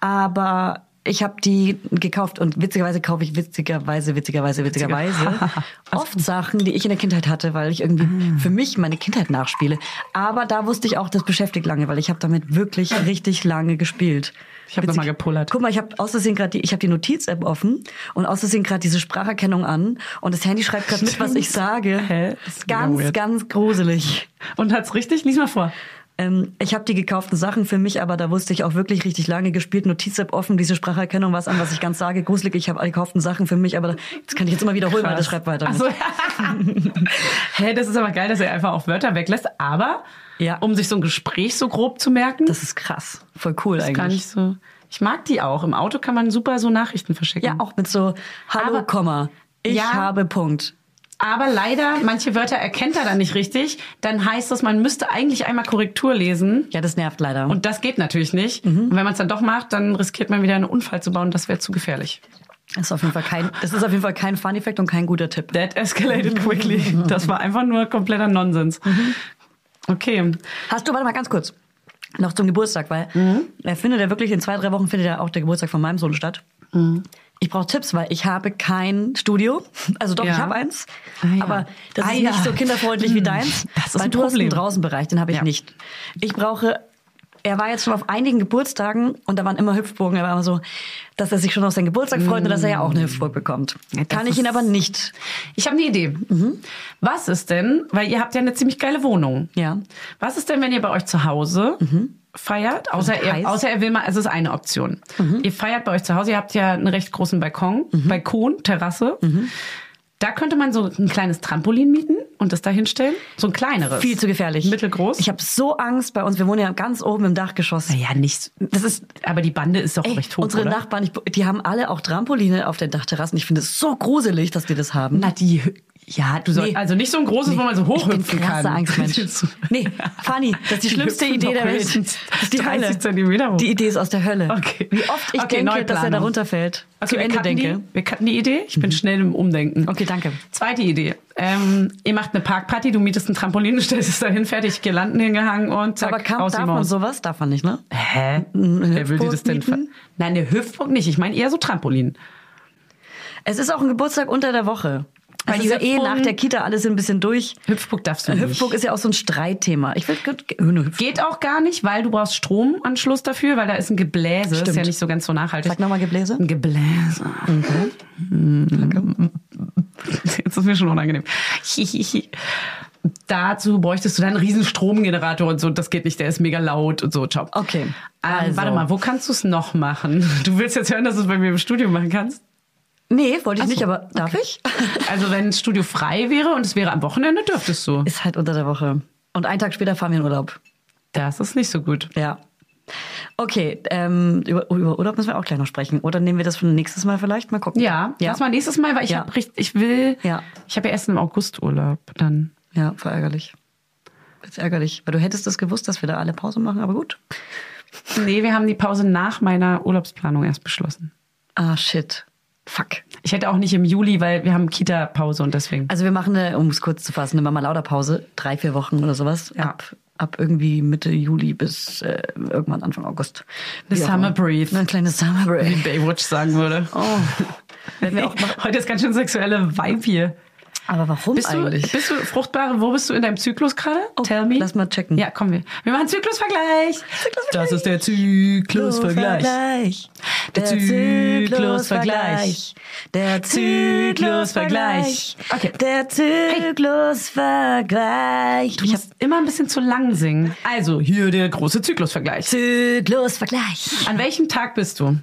Speaker 3: Aber ich habe die gekauft und witzigerweise kaufe ich witzigerweise, witzigerweise, witzigerweise oft Sachen, die ich in der Kindheit hatte, weil ich
Speaker 1: Ah.
Speaker 3: irgendwie für mich meine Kindheit nachspiele. Aber da wusste ich auch, das beschäftigt lange, weil ich habe damit wirklich richtig lange gespielt.
Speaker 1: Ich hab noch
Speaker 3: Witzig.
Speaker 1: mal gepullert.
Speaker 3: Guck mal, ich habe aus Versehen gerade die, ich habe die Notiz-App offen und aus Versehen gerade diese Spracherkennung an und das Handy schreibt gerade mit, was ich sage.
Speaker 1: Hä? Das ist mega
Speaker 3: Ganz,
Speaker 1: weird.
Speaker 3: ganz gruselig.
Speaker 1: Und hat's richtig? Lies mal vor.
Speaker 3: Ähm, ich habe die gekauften Sachen für mich, aber da wusste ich auch wirklich richtig lange gespielt. Notiz-App offen, diese Spracherkennung, was an, was ich ganz sage. Gruselig, ich habe alle gekauften Sachen für mich, aber da, das kann ich jetzt immer wiederholen, weil das schreibt weiter. mit.
Speaker 1: Also, hey, das ist aber geil, dass er einfach auch Wörter weglässt. Aber
Speaker 3: Ja.
Speaker 1: um sich so ein Gespräch so grob zu merken,
Speaker 3: das ist krass. Voll cool
Speaker 1: ist
Speaker 3: eigentlich.
Speaker 1: gar nicht so. Ich mag die auch. Im Auto kann man super so Nachrichten verschicken.
Speaker 3: Ja, auch mit so Hallo,
Speaker 1: Aber-
Speaker 3: Komma. Ich
Speaker 1: Ja.
Speaker 3: habe Punkt.
Speaker 1: Aber leider, manche Wörter erkennt er dann nicht richtig. Dann heißt das, man müsste eigentlich einmal Korrektur lesen.
Speaker 3: Ja, das nervt leider.
Speaker 1: Und das geht natürlich nicht.
Speaker 3: Mhm.
Speaker 1: Und wenn man es dann doch macht, dann riskiert man wieder einen Unfall zu bauen. Das wäre zu gefährlich.
Speaker 3: das ist auf jeden Fall kein, das ist auf jeden Fall kein Fun Effekt und kein guter Tipp.
Speaker 1: That escalated quickly. Das war einfach nur kompletter Nonsens.
Speaker 3: Mhm.
Speaker 1: Okay.
Speaker 3: Hast du, warte mal ganz kurz, noch zum Geburtstag, weil
Speaker 1: Mhm.
Speaker 3: er findet ja wirklich in zwei, drei Wochen findet ja auch der Geburtstag von meinem Sohn statt.
Speaker 1: Mhm.
Speaker 3: Ich brauche Tipps, weil ich habe kein Studio. Also doch,
Speaker 1: Ja.
Speaker 3: ich habe eins.
Speaker 1: Ah ja.
Speaker 3: Aber das
Speaker 1: Ah
Speaker 3: ist
Speaker 1: ja. Mhm.
Speaker 3: nicht so kinderfreundlich wie deins.
Speaker 1: Das ist
Speaker 3: weil
Speaker 1: ein
Speaker 3: du hast einen
Speaker 1: Problem.
Speaker 3: Draußenbereich, den habe ich
Speaker 1: Ja.
Speaker 3: nicht. Ich brauche, er war jetzt schon auf einigen Geburtstagen und da waren immer Hüpfburgen. Er war immer so, dass er sich schon auf seinen Geburtstag freut und dass er ja auch eine Hüpfburg bekommt.
Speaker 1: Mhm. Ja, das
Speaker 3: Kann ich ihn
Speaker 1: ist-
Speaker 3: aber nicht.
Speaker 1: Ich habe eine Idee.
Speaker 3: Mhm.
Speaker 1: Was ist denn, weil ihr habt ja eine ziemlich geile Wohnung.
Speaker 3: Ja. Mhm.
Speaker 1: Was ist denn, wenn ihr bei euch zu Hause feiert? Außer
Speaker 3: heiß.
Speaker 1: er, außer er will mal, es ist eine Option.
Speaker 3: Mhm.
Speaker 1: Ihr feiert bei euch zu Hause, ihr habt ja einen recht großen Balkon, Balkon, Terrasse.
Speaker 3: Mhm.
Speaker 1: Da könnte man so ein kleines Trampolin mieten und das da hinstellen. So ein kleineres.
Speaker 3: Viel zu gefährlich.
Speaker 1: Mittelgroß. Ah,
Speaker 3: Ich habe so Angst bei uns. Wir wohnen ja ganz oben im Dachgeschoss.
Speaker 1: ja nicht.
Speaker 3: Das ist
Speaker 1: Aber die Bande ist doch
Speaker 3: Ey,
Speaker 1: recht hoch.
Speaker 3: unsere
Speaker 1: oder?
Speaker 3: Nachbarn, ich, die haben alle auch Trampoline auf den Dachterrassen. Ich finde es so gruselig, dass die das haben.
Speaker 1: Na, die. Ja, du sollst.
Speaker 3: Nee.
Speaker 1: Also nicht so ein großes, wo man so
Speaker 3: ich bin
Speaker 1: hochhüpfen
Speaker 3: krasser
Speaker 1: kann.
Speaker 3: Angstmensch. nee, Fanny, das ist die, schlimmste
Speaker 1: hüpfen
Speaker 3: Idee
Speaker 1: doch
Speaker 3: der Welt.
Speaker 1: höchstens
Speaker 3: Das ist die
Speaker 1: 30
Speaker 3: Hölle.
Speaker 1: Zentimeter hoch.
Speaker 3: Die Idee ist aus der Hölle.
Speaker 1: Okay.
Speaker 3: Wie oft ich
Speaker 1: Okay,
Speaker 3: denke, dass er
Speaker 1: Neuplanung.
Speaker 3: da runterfällt.
Speaker 1: Okay,
Speaker 3: Zu
Speaker 1: wir
Speaker 3: Ende
Speaker 1: cutten
Speaker 3: denke. Mhm.
Speaker 1: Die, wir cutten die Idee. Ich bin schnell im Umdenken.
Speaker 3: Okay, danke.
Speaker 1: Zweite Idee. Ähm, ihr macht eine Parkparty, du mietest ein Trampolin, du stellst es dahin, fertig, Girlanden hingehangen und zack,
Speaker 3: Aber kann,
Speaker 1: raus die
Speaker 3: darf man
Speaker 1: Maus.
Speaker 3: sowas? Darf man nicht, ne?
Speaker 1: Hä?
Speaker 3: eine
Speaker 1: Wer will dir
Speaker 3: Hüpfburg
Speaker 1: das denn? ver-
Speaker 3: mieten?
Speaker 1: Nein, eine Hüftburg nicht. Ich meine eher so Trampolin.
Speaker 3: Es ist auch ein Geburtstag unter der Woche.
Speaker 1: Weil
Speaker 3: Weil
Speaker 1: die
Speaker 3: ist ja eh
Speaker 1: Hüpfburgen-
Speaker 3: nach der Kita alles ein bisschen durch.
Speaker 1: Hüftburg darfst du nicht.
Speaker 3: Hüpfburg ist ja auch so ein Streitthema. Ich will nur Hüpfburg.
Speaker 1: Geht auch gar nicht, weil du brauchst Stromanschluss dafür, weil da ist ein Gebläse. Ist
Speaker 3: Stimmt.
Speaker 1: ja nicht so ganz so nachhaltig.
Speaker 3: Sag nochmal Gebläse.
Speaker 1: Ein Gebläse. Jetzt ist mir schon unangenehm. Hihihi. Dazu bräuchtest du dann einen riesen Stromgenerator und so. Das geht nicht, der ist mega laut und so. Ciao.
Speaker 3: Okay,
Speaker 1: Ähm,
Speaker 3: also.
Speaker 1: Warte mal, wo kannst du es noch machen? Du willst jetzt hören, dass du es bei mir im Studio machen kannst?
Speaker 3: Nee, wollte ich
Speaker 1: Ach
Speaker 3: nicht,
Speaker 1: so,
Speaker 3: aber darf ich?
Speaker 1: Also wenn das Studio frei wäre und es wäre am Wochenende, dürftest du.
Speaker 3: Ist halt unter der Woche. Und einen Tag später fahren wir in Urlaub.
Speaker 1: Das ist nicht so gut.
Speaker 3: Ja. Okay, ähm, über, über Urlaub müssen wir auch gleich noch sprechen. Oder nehmen wir das für nächstes Mal vielleicht? Mal gucken.
Speaker 1: Ja,
Speaker 3: ja.
Speaker 1: lass mal nächstes Mal, weil ich
Speaker 3: Ja.
Speaker 1: hab richtig, ich will,
Speaker 3: Ja.
Speaker 1: ich habe ja erst im August Urlaub dann.
Speaker 3: Ja, voll ärgerlich. Jetzt ärgerlich. Weil du hättest es gewusst, dass wir da alle Pause machen, aber gut.
Speaker 1: Nee, wir haben die Pause nach meiner Urlaubsplanung erst beschlossen.
Speaker 3: Ah, shit. Fuck.
Speaker 1: Ich hätte auch nicht im Juli, weil wir haben Kita-Pause und deswegen.
Speaker 3: Also wir machen eine, um es kurz zu fassen, eine Mama Lauda Pause, drei, vier Wochen oder sowas.
Speaker 1: Ja.
Speaker 3: Ab, ab irgendwie Mitte Juli bis äh, irgendwann Anfang August.
Speaker 1: Eine
Speaker 3: Wie auch
Speaker 1: Summer
Speaker 3: immer.
Speaker 1: Breathe.
Speaker 3: Eine kleine Summer
Speaker 1: Wie
Speaker 3: Break.
Speaker 1: Baywatch sagen würde.
Speaker 3: Oh. Werden wir auch machen.
Speaker 1: Heute ist ganz schön sexuelle Vibe hier.
Speaker 3: Aber warum
Speaker 1: Bist du,
Speaker 3: eigentlich?
Speaker 1: bist du fruchtbare, wo bist du in deinem Zyklus gerade?
Speaker 3: Oh,
Speaker 1: Tell me.
Speaker 3: lass mal checken.
Speaker 1: Ja, komm, wir, wir machen Zyklusvergleich.
Speaker 2: Das ist der Zyklusvergleich.
Speaker 3: Zyklusvergleich. Der
Speaker 2: Zyklusvergleich.
Speaker 3: Der Zyklusvergleich. Okay. Der Zyklusvergleich.
Speaker 1: Du musst immer ein bisschen zu lang singen. Also, hier der große Zyklusvergleich.
Speaker 3: Zyklusvergleich.
Speaker 1: An welchem Tag bist du?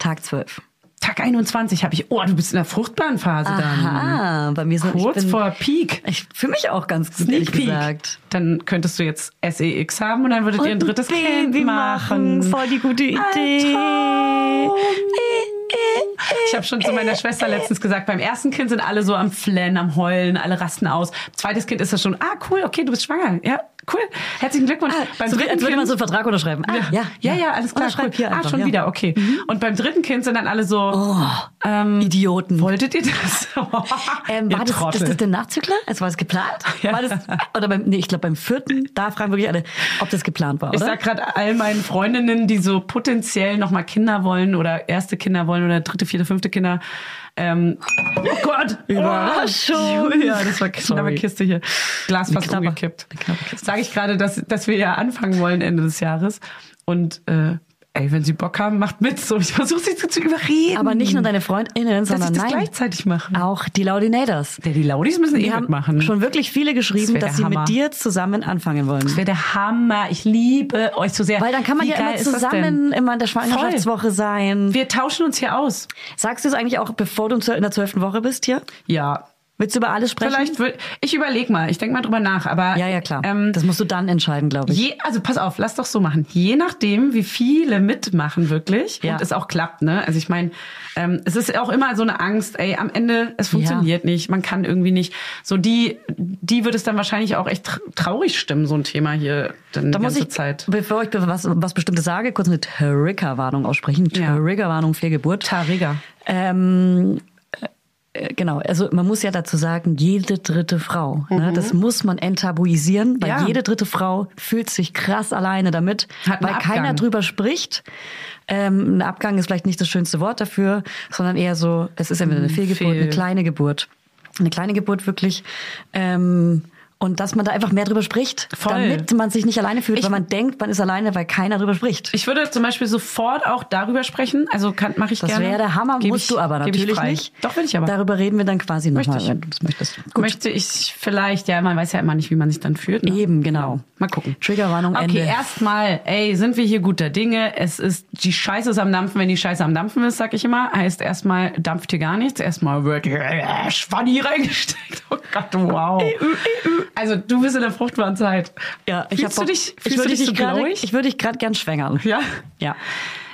Speaker 3: Tag 12.
Speaker 1: Tag 21 habe ich. Oh, du bist in der fruchtbaren Phase dann.
Speaker 3: Aha, bei mir sind
Speaker 1: Kurz
Speaker 3: ich bin,
Speaker 1: vor Peak.
Speaker 3: Ich, für mich auch ganz gut, ehrlich gesagt.
Speaker 1: Dann könntest du jetzt SEX haben und dann würdet ihr ein drittes
Speaker 3: Baby
Speaker 1: Kind machen.
Speaker 3: Voll die gute Idee.
Speaker 1: Traum.
Speaker 3: Äh, äh, äh.
Speaker 1: Ich habe schon zu meiner Schwester letztens gesagt, beim ersten Kind sind alle so am Flennen, am Heulen, alle rasten aus. Zweites Kind ist das schon, ah cool, okay, du bist schwanger. Ja, cool. Herzlichen Glückwunsch.
Speaker 3: Ah, so, wie- als würde man so einen Vertrag unterschreiben. Ah, ja,
Speaker 1: ja, ja, alles klar. Cool.
Speaker 3: Unterschreib hier
Speaker 1: ah,
Speaker 3: einfach,
Speaker 1: schon
Speaker 3: ja. Mhm. Oh.
Speaker 1: wieder, okay. Und beim dritten Kind sind dann alle so, ähm,
Speaker 3: Idioten.
Speaker 1: wolltet ihr das?
Speaker 3: Ähm,
Speaker 1: Ihr
Speaker 3: war das, das,
Speaker 1: Trottel.
Speaker 3: das der Nachzügler? Also war es geplant?
Speaker 1: Ja.
Speaker 3: War das, oder beim, nee, ich glaube beim vierten, da fragen wirklich alle, ob das geplant war,
Speaker 1: Ich
Speaker 3: oder?
Speaker 1: sag gerade all meinen Freundinnen, die so potenziell nochmal Kinder wollen oder erste Kinder wollen oder dritte, vierte, fünfte Kinder. Ähm, oh Gott!
Speaker 3: Überraschung.
Speaker 1: Oh, Julia, das war knappe
Speaker 3: Sorry.
Speaker 1: Kiste hier. Glas fast
Speaker 3: knappe-
Speaker 1: umgekippt.
Speaker 3: eine knappe Kiste.
Speaker 1: Sage ich gerade, dass, dass wir ja anfangen wollen Ende des Jahres. Und äh, ey, wenn sie Bock haben, macht mit. So, ich versuche sie zu, zu überreden.
Speaker 3: Aber nicht nur deine Freundinnen,
Speaker 1: "Hm." dass
Speaker 3: sondern
Speaker 1: ich das
Speaker 3: nein,
Speaker 1: gleichzeitig mache.
Speaker 3: auch die Laudinators.
Speaker 1: Ja, die Laudis müssen eh
Speaker 3: Wir haben
Speaker 1: mitmachen.
Speaker 3: schon wirklich viele
Speaker 1: Das
Speaker 3: geschrieben,
Speaker 1: wär
Speaker 3: dass
Speaker 1: der
Speaker 3: sie
Speaker 1: Hammer.
Speaker 3: mit dir zusammen anfangen wollen.
Speaker 1: Das wäre der Hammer. Ich liebe euch so sehr.
Speaker 3: Weil dann kann man
Speaker 1: Wie
Speaker 3: ja
Speaker 1: geil
Speaker 3: immer
Speaker 1: ist das denn?
Speaker 3: zusammen immer in der Schwangerschaftswoche sein.
Speaker 1: Wir tauschen uns hier aus.
Speaker 3: Sagst du es eigentlich auch, bevor du in der zwölften Woche bist hier?
Speaker 1: Ja.
Speaker 3: Willst du über alles sprechen?
Speaker 1: Vielleicht wird. Ich überlege mal. Ich denke mal drüber nach. Aber
Speaker 3: Ja, ja, klar.
Speaker 1: Ähm,
Speaker 3: das musst du dann entscheiden, glaube ich.
Speaker 1: Je, also pass auf, lass doch so machen. Je nachdem, wie viele mitmachen wirklich
Speaker 3: Ja.
Speaker 1: und es auch klappt, ne? Also ich meine, ähm, es ist auch immer so eine Angst, ey, am Ende, es funktioniert nicht, man kann irgendwie nicht. So die, die wird es dann wahrscheinlich auch echt tra- traurig stimmen, so ein Thema hier dann
Speaker 3: Da
Speaker 1: die
Speaker 3: muss
Speaker 1: ganze
Speaker 3: ich,
Speaker 1: Zeit.
Speaker 3: bevor ich be- was, was Bestimmtes sage, kurz eine Triggerwarnung aussprechen.
Speaker 1: Ja.
Speaker 3: Triggerwarnung Fehlgeburt.
Speaker 1: Tariga.
Speaker 3: Ähm, äh, genau, also man muss ja dazu sagen, jede dritte Frau, ne, das muss man enttabuisieren, weil
Speaker 1: Mhm. Ja.
Speaker 3: jede dritte Frau fühlt sich krass alleine damit,
Speaker 1: Hat einen
Speaker 3: weil keiner
Speaker 1: Abgang.
Speaker 3: drüber spricht. Ähm, ein Abgang ist vielleicht nicht das schönste Wort dafür, sondern eher so, es ist entweder
Speaker 1: Hm,
Speaker 3: eine Fehlgeburt,
Speaker 1: Fehl-
Speaker 3: eine kleine Geburt. Eine kleine Geburt wirklich. Ähm, und dass man da einfach mehr drüber spricht,
Speaker 1: Voll.
Speaker 3: damit man sich nicht alleine fühlt,
Speaker 1: Ich-
Speaker 3: weil man denkt, man ist alleine, weil keiner drüber spricht.
Speaker 1: Ich würde zum Beispiel sofort auch darüber sprechen. Also kann, mache ich
Speaker 3: Das
Speaker 1: gerne.
Speaker 3: wäre der Hammer,
Speaker 1: Geb
Speaker 3: musst
Speaker 1: ich-
Speaker 3: du aber
Speaker 1: geb ich
Speaker 3: natürlich
Speaker 1: frei.
Speaker 3: nicht.
Speaker 1: Doch, will ich aber.
Speaker 3: Darüber reden wir dann quasi nochmal,
Speaker 1: Möchte ich.
Speaker 3: wenn du das möchtest.
Speaker 1: Möchte ich vielleicht, ja, man weiß ja immer nicht, wie man sich dann fühlt. Ne?
Speaker 3: Eben, genau.
Speaker 1: Mal gucken.
Speaker 3: Triggerwarnung,
Speaker 1: Okay,
Speaker 3: Ende.
Speaker 1: erstmal, ey, sind wir hier guter Dinge? Es ist, die Scheiße ist am Dampfen, wenn die Scheiße am Dampfen ist, sag ich immer. Heißt erstmal, dampft hier gar nichts. Erstmal wird Schwanni reingesteckt. Oh Gott, wow. Also, du bist in der fruchtbaren Zeit.
Speaker 3: Ja, ich
Speaker 1: fühlst
Speaker 3: hab
Speaker 1: du
Speaker 3: Bock.
Speaker 1: dich,
Speaker 3: ich
Speaker 1: fühlst du
Speaker 3: würde
Speaker 1: dich so
Speaker 3: gerade,
Speaker 1: glowig?
Speaker 3: ich würde dich gerade gern schwängern.
Speaker 1: Ja.
Speaker 3: Ja.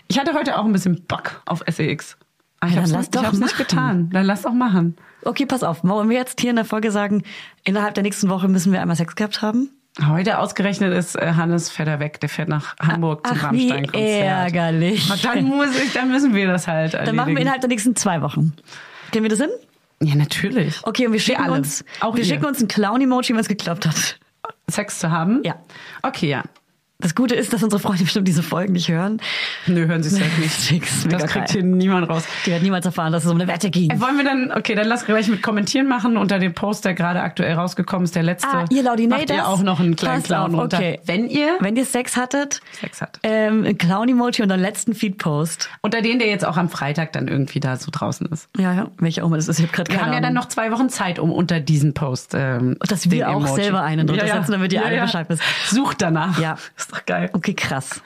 Speaker 1: Ich hatte heute auch ein bisschen Bock auf SEX. Aber Ah, ich
Speaker 3: Ja,
Speaker 1: hab's,
Speaker 3: dann lass
Speaker 1: nicht,
Speaker 3: doch
Speaker 1: ich hab's nicht
Speaker 3: machen.
Speaker 1: getan. Dann lass doch machen.
Speaker 3: Okay, pass auf. Wollen wir jetzt hier in der Folge sagen, innerhalb der nächsten Woche müssen wir einmal Sex gehabt haben?
Speaker 1: Heute ausgerechnet ist äh, Hannes fährt er weg. Der fährt nach Hamburg zum
Speaker 3: Ach, wie
Speaker 1: Rammstein-Konzert.
Speaker 3: ärgerlich.
Speaker 1: Na, Dann muss ich, dann müssen wir das halt erledigen.
Speaker 3: Dann machen wir innerhalb der nächsten zwei Wochen. Kriegen wir das hin?
Speaker 1: Ja, natürlich.
Speaker 3: Okay, und wir schicken
Speaker 1: alle.
Speaker 3: uns,
Speaker 1: Auch
Speaker 3: wir
Speaker 1: ihr.
Speaker 3: schicken uns ein Clown-Emoji, wenn es geklappt hat.
Speaker 1: Sex zu haben?
Speaker 3: Ja.
Speaker 1: Okay, ja.
Speaker 3: Das Gute ist, dass unsere Freunde bestimmt diese Folgen nicht hören.
Speaker 1: Nö, hören Sie es halt nicht.
Speaker 3: Schick's, mega
Speaker 1: Das kriegt
Speaker 3: geil.
Speaker 1: hier niemand raus.
Speaker 3: Die wird niemals erfahren, dass es um eine Wette ging.
Speaker 1: Äh, Wollen wir dann, okay, dann lass gleich mit Kommentieren machen unter dem Post, der gerade aktuell rausgekommen ist, der letzte.
Speaker 3: Ah, ihr Laudinators?
Speaker 1: Macht ihr auch noch einen kleinen
Speaker 3: Passt
Speaker 1: Clown
Speaker 3: auf,
Speaker 1: runter.
Speaker 3: okay.
Speaker 1: Wenn ihr,
Speaker 3: Wenn ihr Sex hattet,
Speaker 1: Sex hattet.
Speaker 3: ähm, ein Clown-Emoji und einen letzten Feed-Post.
Speaker 1: unter den, der jetzt auch am Freitag dann irgendwie da so draußen ist.
Speaker 3: Ja, ja, welcher auch immer das ist. Ich habe gerade
Speaker 1: Wir
Speaker 3: keine
Speaker 1: haben ja
Speaker 3: Ahnung.
Speaker 1: dann noch zwei Wochen Zeit, um unter diesen Post ähm,
Speaker 3: Und dass wir
Speaker 1: den
Speaker 3: auch
Speaker 1: Emoji.
Speaker 3: selber einen drunter setzen, damit ihr alle Bescheid wisst.
Speaker 1: Sucht danach.
Speaker 3: Ja.
Speaker 1: Ist doch geil.
Speaker 3: Okay, krass.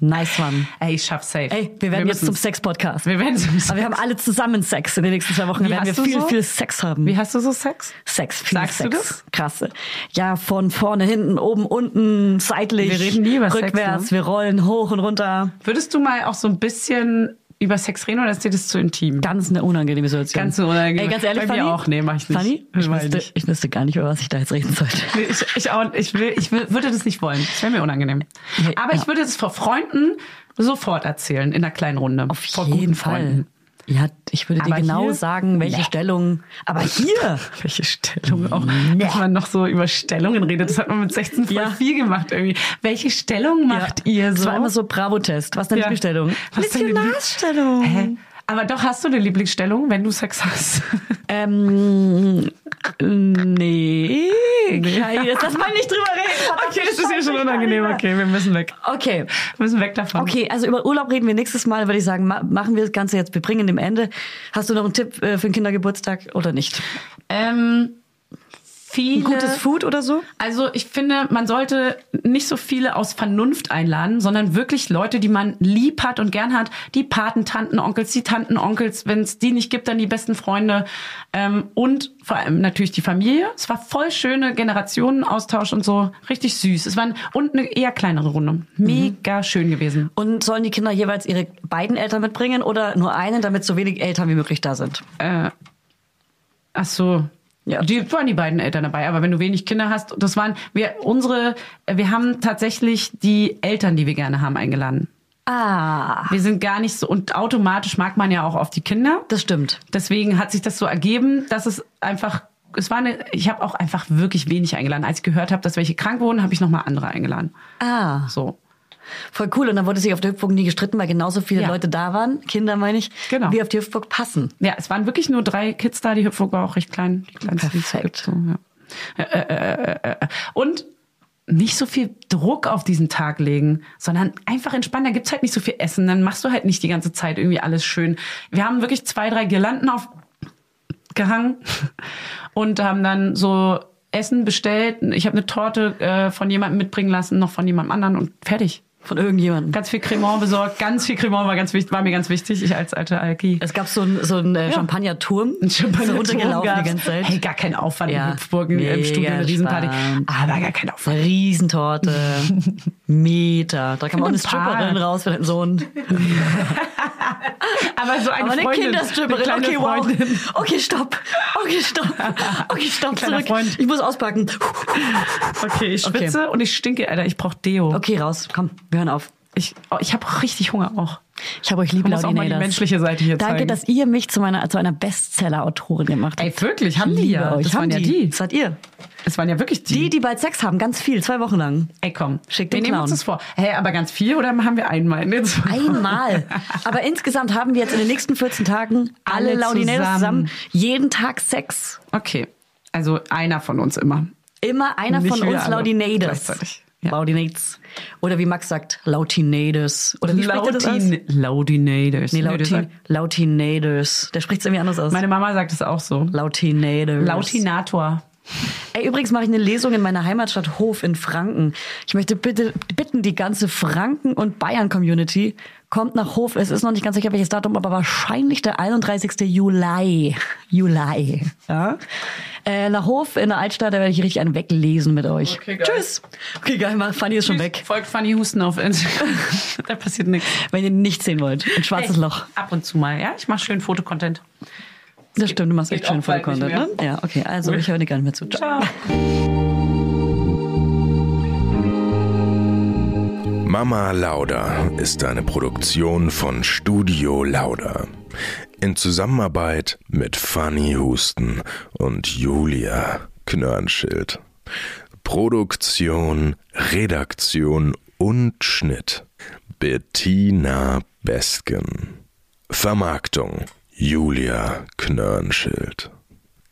Speaker 3: nice one.
Speaker 1: Ey, ich schaff safe.
Speaker 3: Ey, wir werden jetzt
Speaker 1: müssen's.
Speaker 3: zum Sex-Podcast.
Speaker 1: Wir werden zum
Speaker 3: Aber wir haben alle zusammen Sex. In den nächsten zwei Wochen
Speaker 1: Wie
Speaker 3: werden wir
Speaker 1: hast du
Speaker 3: viel,
Speaker 1: so?
Speaker 3: viel Sex haben.
Speaker 1: Wie hast du so Sex?
Speaker 3: Sex, viel
Speaker 1: Sagst du
Speaker 3: Sex.
Speaker 1: das?
Speaker 3: Krasse. Ja, von vorne, hinten, oben, unten, seitlich.
Speaker 1: Wir reden nie über Sex,
Speaker 3: Rückwärts,
Speaker 1: ne?
Speaker 3: wir rollen hoch und runter.
Speaker 1: Würdest du mal auch so ein bisschen über Sex reden oder ist dir das zu intim?
Speaker 3: Ganz eine unangenehme Situation.
Speaker 1: Ganz eine unangenehme.
Speaker 3: Ey, ganz ehrlich,
Speaker 1: Bei mir
Speaker 3: Fanny,
Speaker 1: auch. Nee, mach ich nicht.
Speaker 3: Fanny,
Speaker 1: Mach
Speaker 3: ich
Speaker 1: ich
Speaker 3: wüsste,
Speaker 1: nicht.
Speaker 3: ich wüsste gar nicht, über was ich da jetzt reden sollte.
Speaker 1: Nee, Ich, ich, auch, ich, will, ich will, würde das nicht wollen. Das wäre mir unangenehm.
Speaker 3: Nee,
Speaker 1: Aber
Speaker 3: ja.
Speaker 1: ich würde es vor Freunden sofort erzählen, in einer kleinen Runde.
Speaker 3: Auf
Speaker 1: vor
Speaker 3: jeden
Speaker 1: guten
Speaker 3: Fall.
Speaker 1: Freunden.
Speaker 3: Ja, ich würde dir
Speaker 1: Aber
Speaker 3: genau
Speaker 1: hier?
Speaker 3: sagen, welche
Speaker 1: Nee.
Speaker 3: Stellung. Aber hier? Hm.
Speaker 1: Welche Stellung auch. Dass man noch so über Stellungen redet. Das hat man mit 16 voll
Speaker 3: Ja.
Speaker 1: viel gemacht irgendwie. Welche Stellung macht ihr so?
Speaker 3: Das war immer so Bravo-Test. Was ist deine
Speaker 1: Ja.
Speaker 3: Lieblingsstellung?
Speaker 1: Was ist deine Lieb- Hä?
Speaker 3: Missionarstellung.
Speaker 1: Aber doch hast du eine Lieblingsstellung, wenn du Sex hast.
Speaker 3: Ähm, nee. Kai, Jetzt lass mal nicht drüber reden. Verdammt,
Speaker 1: Okay, das ist
Speaker 3: scheiße,
Speaker 1: ja schon
Speaker 3: ich
Speaker 1: unangenehm.
Speaker 3: darüber.
Speaker 1: Okay, wir müssen weg.
Speaker 3: Okay.
Speaker 1: Wir müssen weg davon.
Speaker 3: Okay, also über Urlaub reden wir nächstes Mal, würde ich sagen, ma machen wir das Ganze jetzt, wir bringen dem Ende. Hast du noch einen Tipp äh, für einen Kindergeburtstag oder nicht?
Speaker 1: Ähm, äh,
Speaker 3: Ein
Speaker 1: viele,
Speaker 3: gutes Food oder so?
Speaker 1: also ich finde, man sollte nicht so viele aus Vernunft einladen, sondern wirklich Leute, die man lieb hat und gern hat. Die Paten, Tanten, Onkels, die Tanten, Onkels. Wenn es die nicht gibt, dann die besten Freunde. Ähm, und vor allem natürlich die Familie. Es war voll schöne Generationenaustausch und so. Richtig süß. Es waren und eine eher kleinere Runde. Mega schön gewesen.
Speaker 3: Und sollen die Kinder jeweils ihre beiden Eltern mitbringen oder nur einen, damit so wenig Eltern wie möglich da sind?
Speaker 1: Äh, ach so.
Speaker 3: Ja.
Speaker 1: Die waren die beiden Eltern dabei, aber wenn du wenig Kinder hast, das waren wir unsere, wir haben tatsächlich die Eltern, die wir gerne haben, eingeladen.
Speaker 3: Ah,
Speaker 1: Wir sind gar nicht so und automatisch mag man ja auch auf die Kinder.
Speaker 3: das stimmt.
Speaker 1: Deswegen hat sich das so ergeben, dass es einfach es war eine, ich habe auch einfach wirklich wenig eingeladen. Als ich gehört habe, dass welche krank wurden, habe ich nochmal andere eingeladen.
Speaker 3: Ah,
Speaker 1: So.
Speaker 3: voll cool. Und dann wurde sich auf der Hüpfburg nie gestritten, weil genauso viele
Speaker 1: Ja.
Speaker 3: Leute da waren, Kinder meine ich,
Speaker 1: Genau.
Speaker 3: wie auf die Hüpfburg passen.
Speaker 1: Ja, es waren wirklich nur drei Kids da. Die Hüpfburg war auch recht klein. Die kleinsten.
Speaker 3: Perfekt.
Speaker 1: So, ja. Äh, äh, äh, äh, äh. Und nicht so viel Druck auf diesen Tag legen, sondern einfach entspannen. Da gibt's halt nicht so viel Essen. Dann machst du halt nicht die ganze Zeit irgendwie alles schön. Wir haben wirklich zwei, drei Girlanden aufgehangen und haben dann so Essen bestellt. Ich habe eine Torte äh, von jemandem mitbringen lassen, noch von jemandem anderen und fertig.
Speaker 3: Von irgendjemandem.
Speaker 1: Ganz viel Cremant besorgt. Ganz viel Cremant war, ganz wichtig, war mir ganz wichtig. Ich als alte Alki.
Speaker 3: Es gab so einen so ein, äh, Champagnerturm.
Speaker 1: Ein Champagner
Speaker 3: so runtergelaufen
Speaker 1: gab's.
Speaker 3: die ganze Zeit.
Speaker 1: Hey, gar kein Aufwand
Speaker 3: Ja.
Speaker 1: in Hüpfburgen im
Speaker 3: Mega
Speaker 1: Studio, eine Riesenparty.
Speaker 3: spannend.
Speaker 1: Aber gar kein Aufwand.
Speaker 3: Eine Riesentorte. Meter. Da kam auch
Speaker 1: In
Speaker 3: eine
Speaker 1: einem Park.
Speaker 3: Stripperin raus mit einem Sohn.
Speaker 1: Aber so eine
Speaker 3: Aber eine
Speaker 1: Freundin,
Speaker 3: Kinderstripperin.
Speaker 1: eine kleine
Speaker 3: okay, wow.
Speaker 1: Freundin.
Speaker 3: Okay, stopp. Okay, stopp. Okay, stopp.
Speaker 1: kleiner
Speaker 3: Zurück.
Speaker 1: Freund.
Speaker 3: Ich muss auspacken.
Speaker 1: Okay, ich
Speaker 3: Okay.
Speaker 1: schwitze und ich stinke, Alter. Ich brauche Deo.
Speaker 3: Okay, raus. Komm, wir hören auf.
Speaker 1: Ich, oh, ich habe richtig Hunger auch.
Speaker 3: Ich habe euch lieb,
Speaker 1: Man muss auch mal die
Speaker 3: Laudinators.
Speaker 1: menschliche Seite hier
Speaker 3: Danke,
Speaker 1: zeigen.
Speaker 3: dass ihr mich zu meiner zu einer Bestseller-Autorin gemacht habt.
Speaker 1: Ey, wirklich, haben
Speaker 3: Ich
Speaker 1: die
Speaker 3: liebe
Speaker 1: ja.
Speaker 3: Euch.
Speaker 1: Das
Speaker 3: haben
Speaker 1: waren ja
Speaker 3: die.
Speaker 1: die.
Speaker 3: Das seid ihr.
Speaker 1: Es waren ja wirklich die.
Speaker 3: Die, die bald Sex haben, ganz viel, zwei Wochen lang.
Speaker 1: Ey, komm,
Speaker 3: Schick
Speaker 1: wir
Speaker 3: den
Speaker 1: nehmen
Speaker 3: Clown.
Speaker 1: uns das vor. Hey, aber ganz viel oder haben wir einmal? Nee, das-
Speaker 3: Einmal. Aber insgesamt haben wir jetzt in den nächsten 14 Tagen alle,
Speaker 1: Alle
Speaker 3: Laudinators zusammen.
Speaker 1: zusammen.
Speaker 3: jeden Tag Sex.
Speaker 1: Okay, also einer von uns immer.
Speaker 3: Immer einer
Speaker 1: Nicht
Speaker 3: von
Speaker 1: wir
Speaker 3: uns
Speaker 1: alle.
Speaker 3: Laudinators.
Speaker 1: Gleichzeitig. Ja.
Speaker 3: Laudinates. Oder wie Max sagt, Laudinators. Oder wie spricht er das aus?
Speaker 1: Lautin Laudinators.
Speaker 3: Nee,
Speaker 1: Nee, das
Speaker 3: Lautin
Speaker 1: sagt-
Speaker 3: Lautinators. Der spricht es irgendwie anders aus.
Speaker 1: Meine Mama sagt es auch so.
Speaker 3: Lautinators.
Speaker 1: Lautinator.
Speaker 3: Ey, übrigens mache ich eine Lesung in meiner Heimatstadt Hof in Franken. Ich möchte bitte bitten, die ganze Franken- und Bayern-Community kommt nach Hof. Es ist noch nicht ganz sicher, welches Datum, aber wahrscheinlich der 31. Juli. Juli. Ja? Äh, nach Hof in der Altstadt, da werde ich richtig einen weglesen mit euch.
Speaker 1: Okay, geil.
Speaker 3: Tschüss. Okay, geil, mal. Fanny ist schon weg.
Speaker 1: Folgt Fanny Husten auf Instagram. da passiert nichts.
Speaker 3: Wenn ihr nichts sehen wollt. Ein schwarzes
Speaker 1: Ey,
Speaker 3: Loch.
Speaker 1: Ab und zu mal, ja? Ich mache schön Fotocontent.
Speaker 3: Das stimmt, du machst
Speaker 1: geht
Speaker 3: echt schön
Speaker 1: auch bald
Speaker 3: Vollkontent, ne?
Speaker 1: nicht
Speaker 3: Ja, okay. Also, ich höre dir gar nicht mehr zu. Ciao.
Speaker 1: Ciao.
Speaker 4: Mama Lauda ist eine Produktion von Studio Lauda. In Zusammenarbeit mit Fanny Husten und Julia Knörnschild. Produktion, Redaktion und Schnitt Bettina Besken. Vermarktung Julia Knörnschild.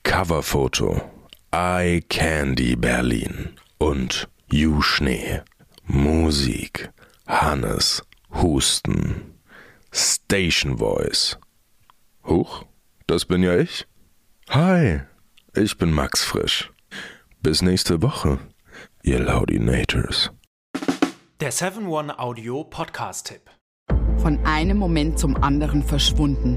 Speaker 4: Coverfoto Eye Candy Berlin und You Schnee. Musik Hannes Husten. Station Voice. Huch, das bin ja ich. Hi, ich bin Max Frisch. Bis nächste Woche, ihr Laudinators.
Speaker 6: Der 7-One Audio Podcast-Tipp.
Speaker 7: Von einem Moment zum anderen verschwunden,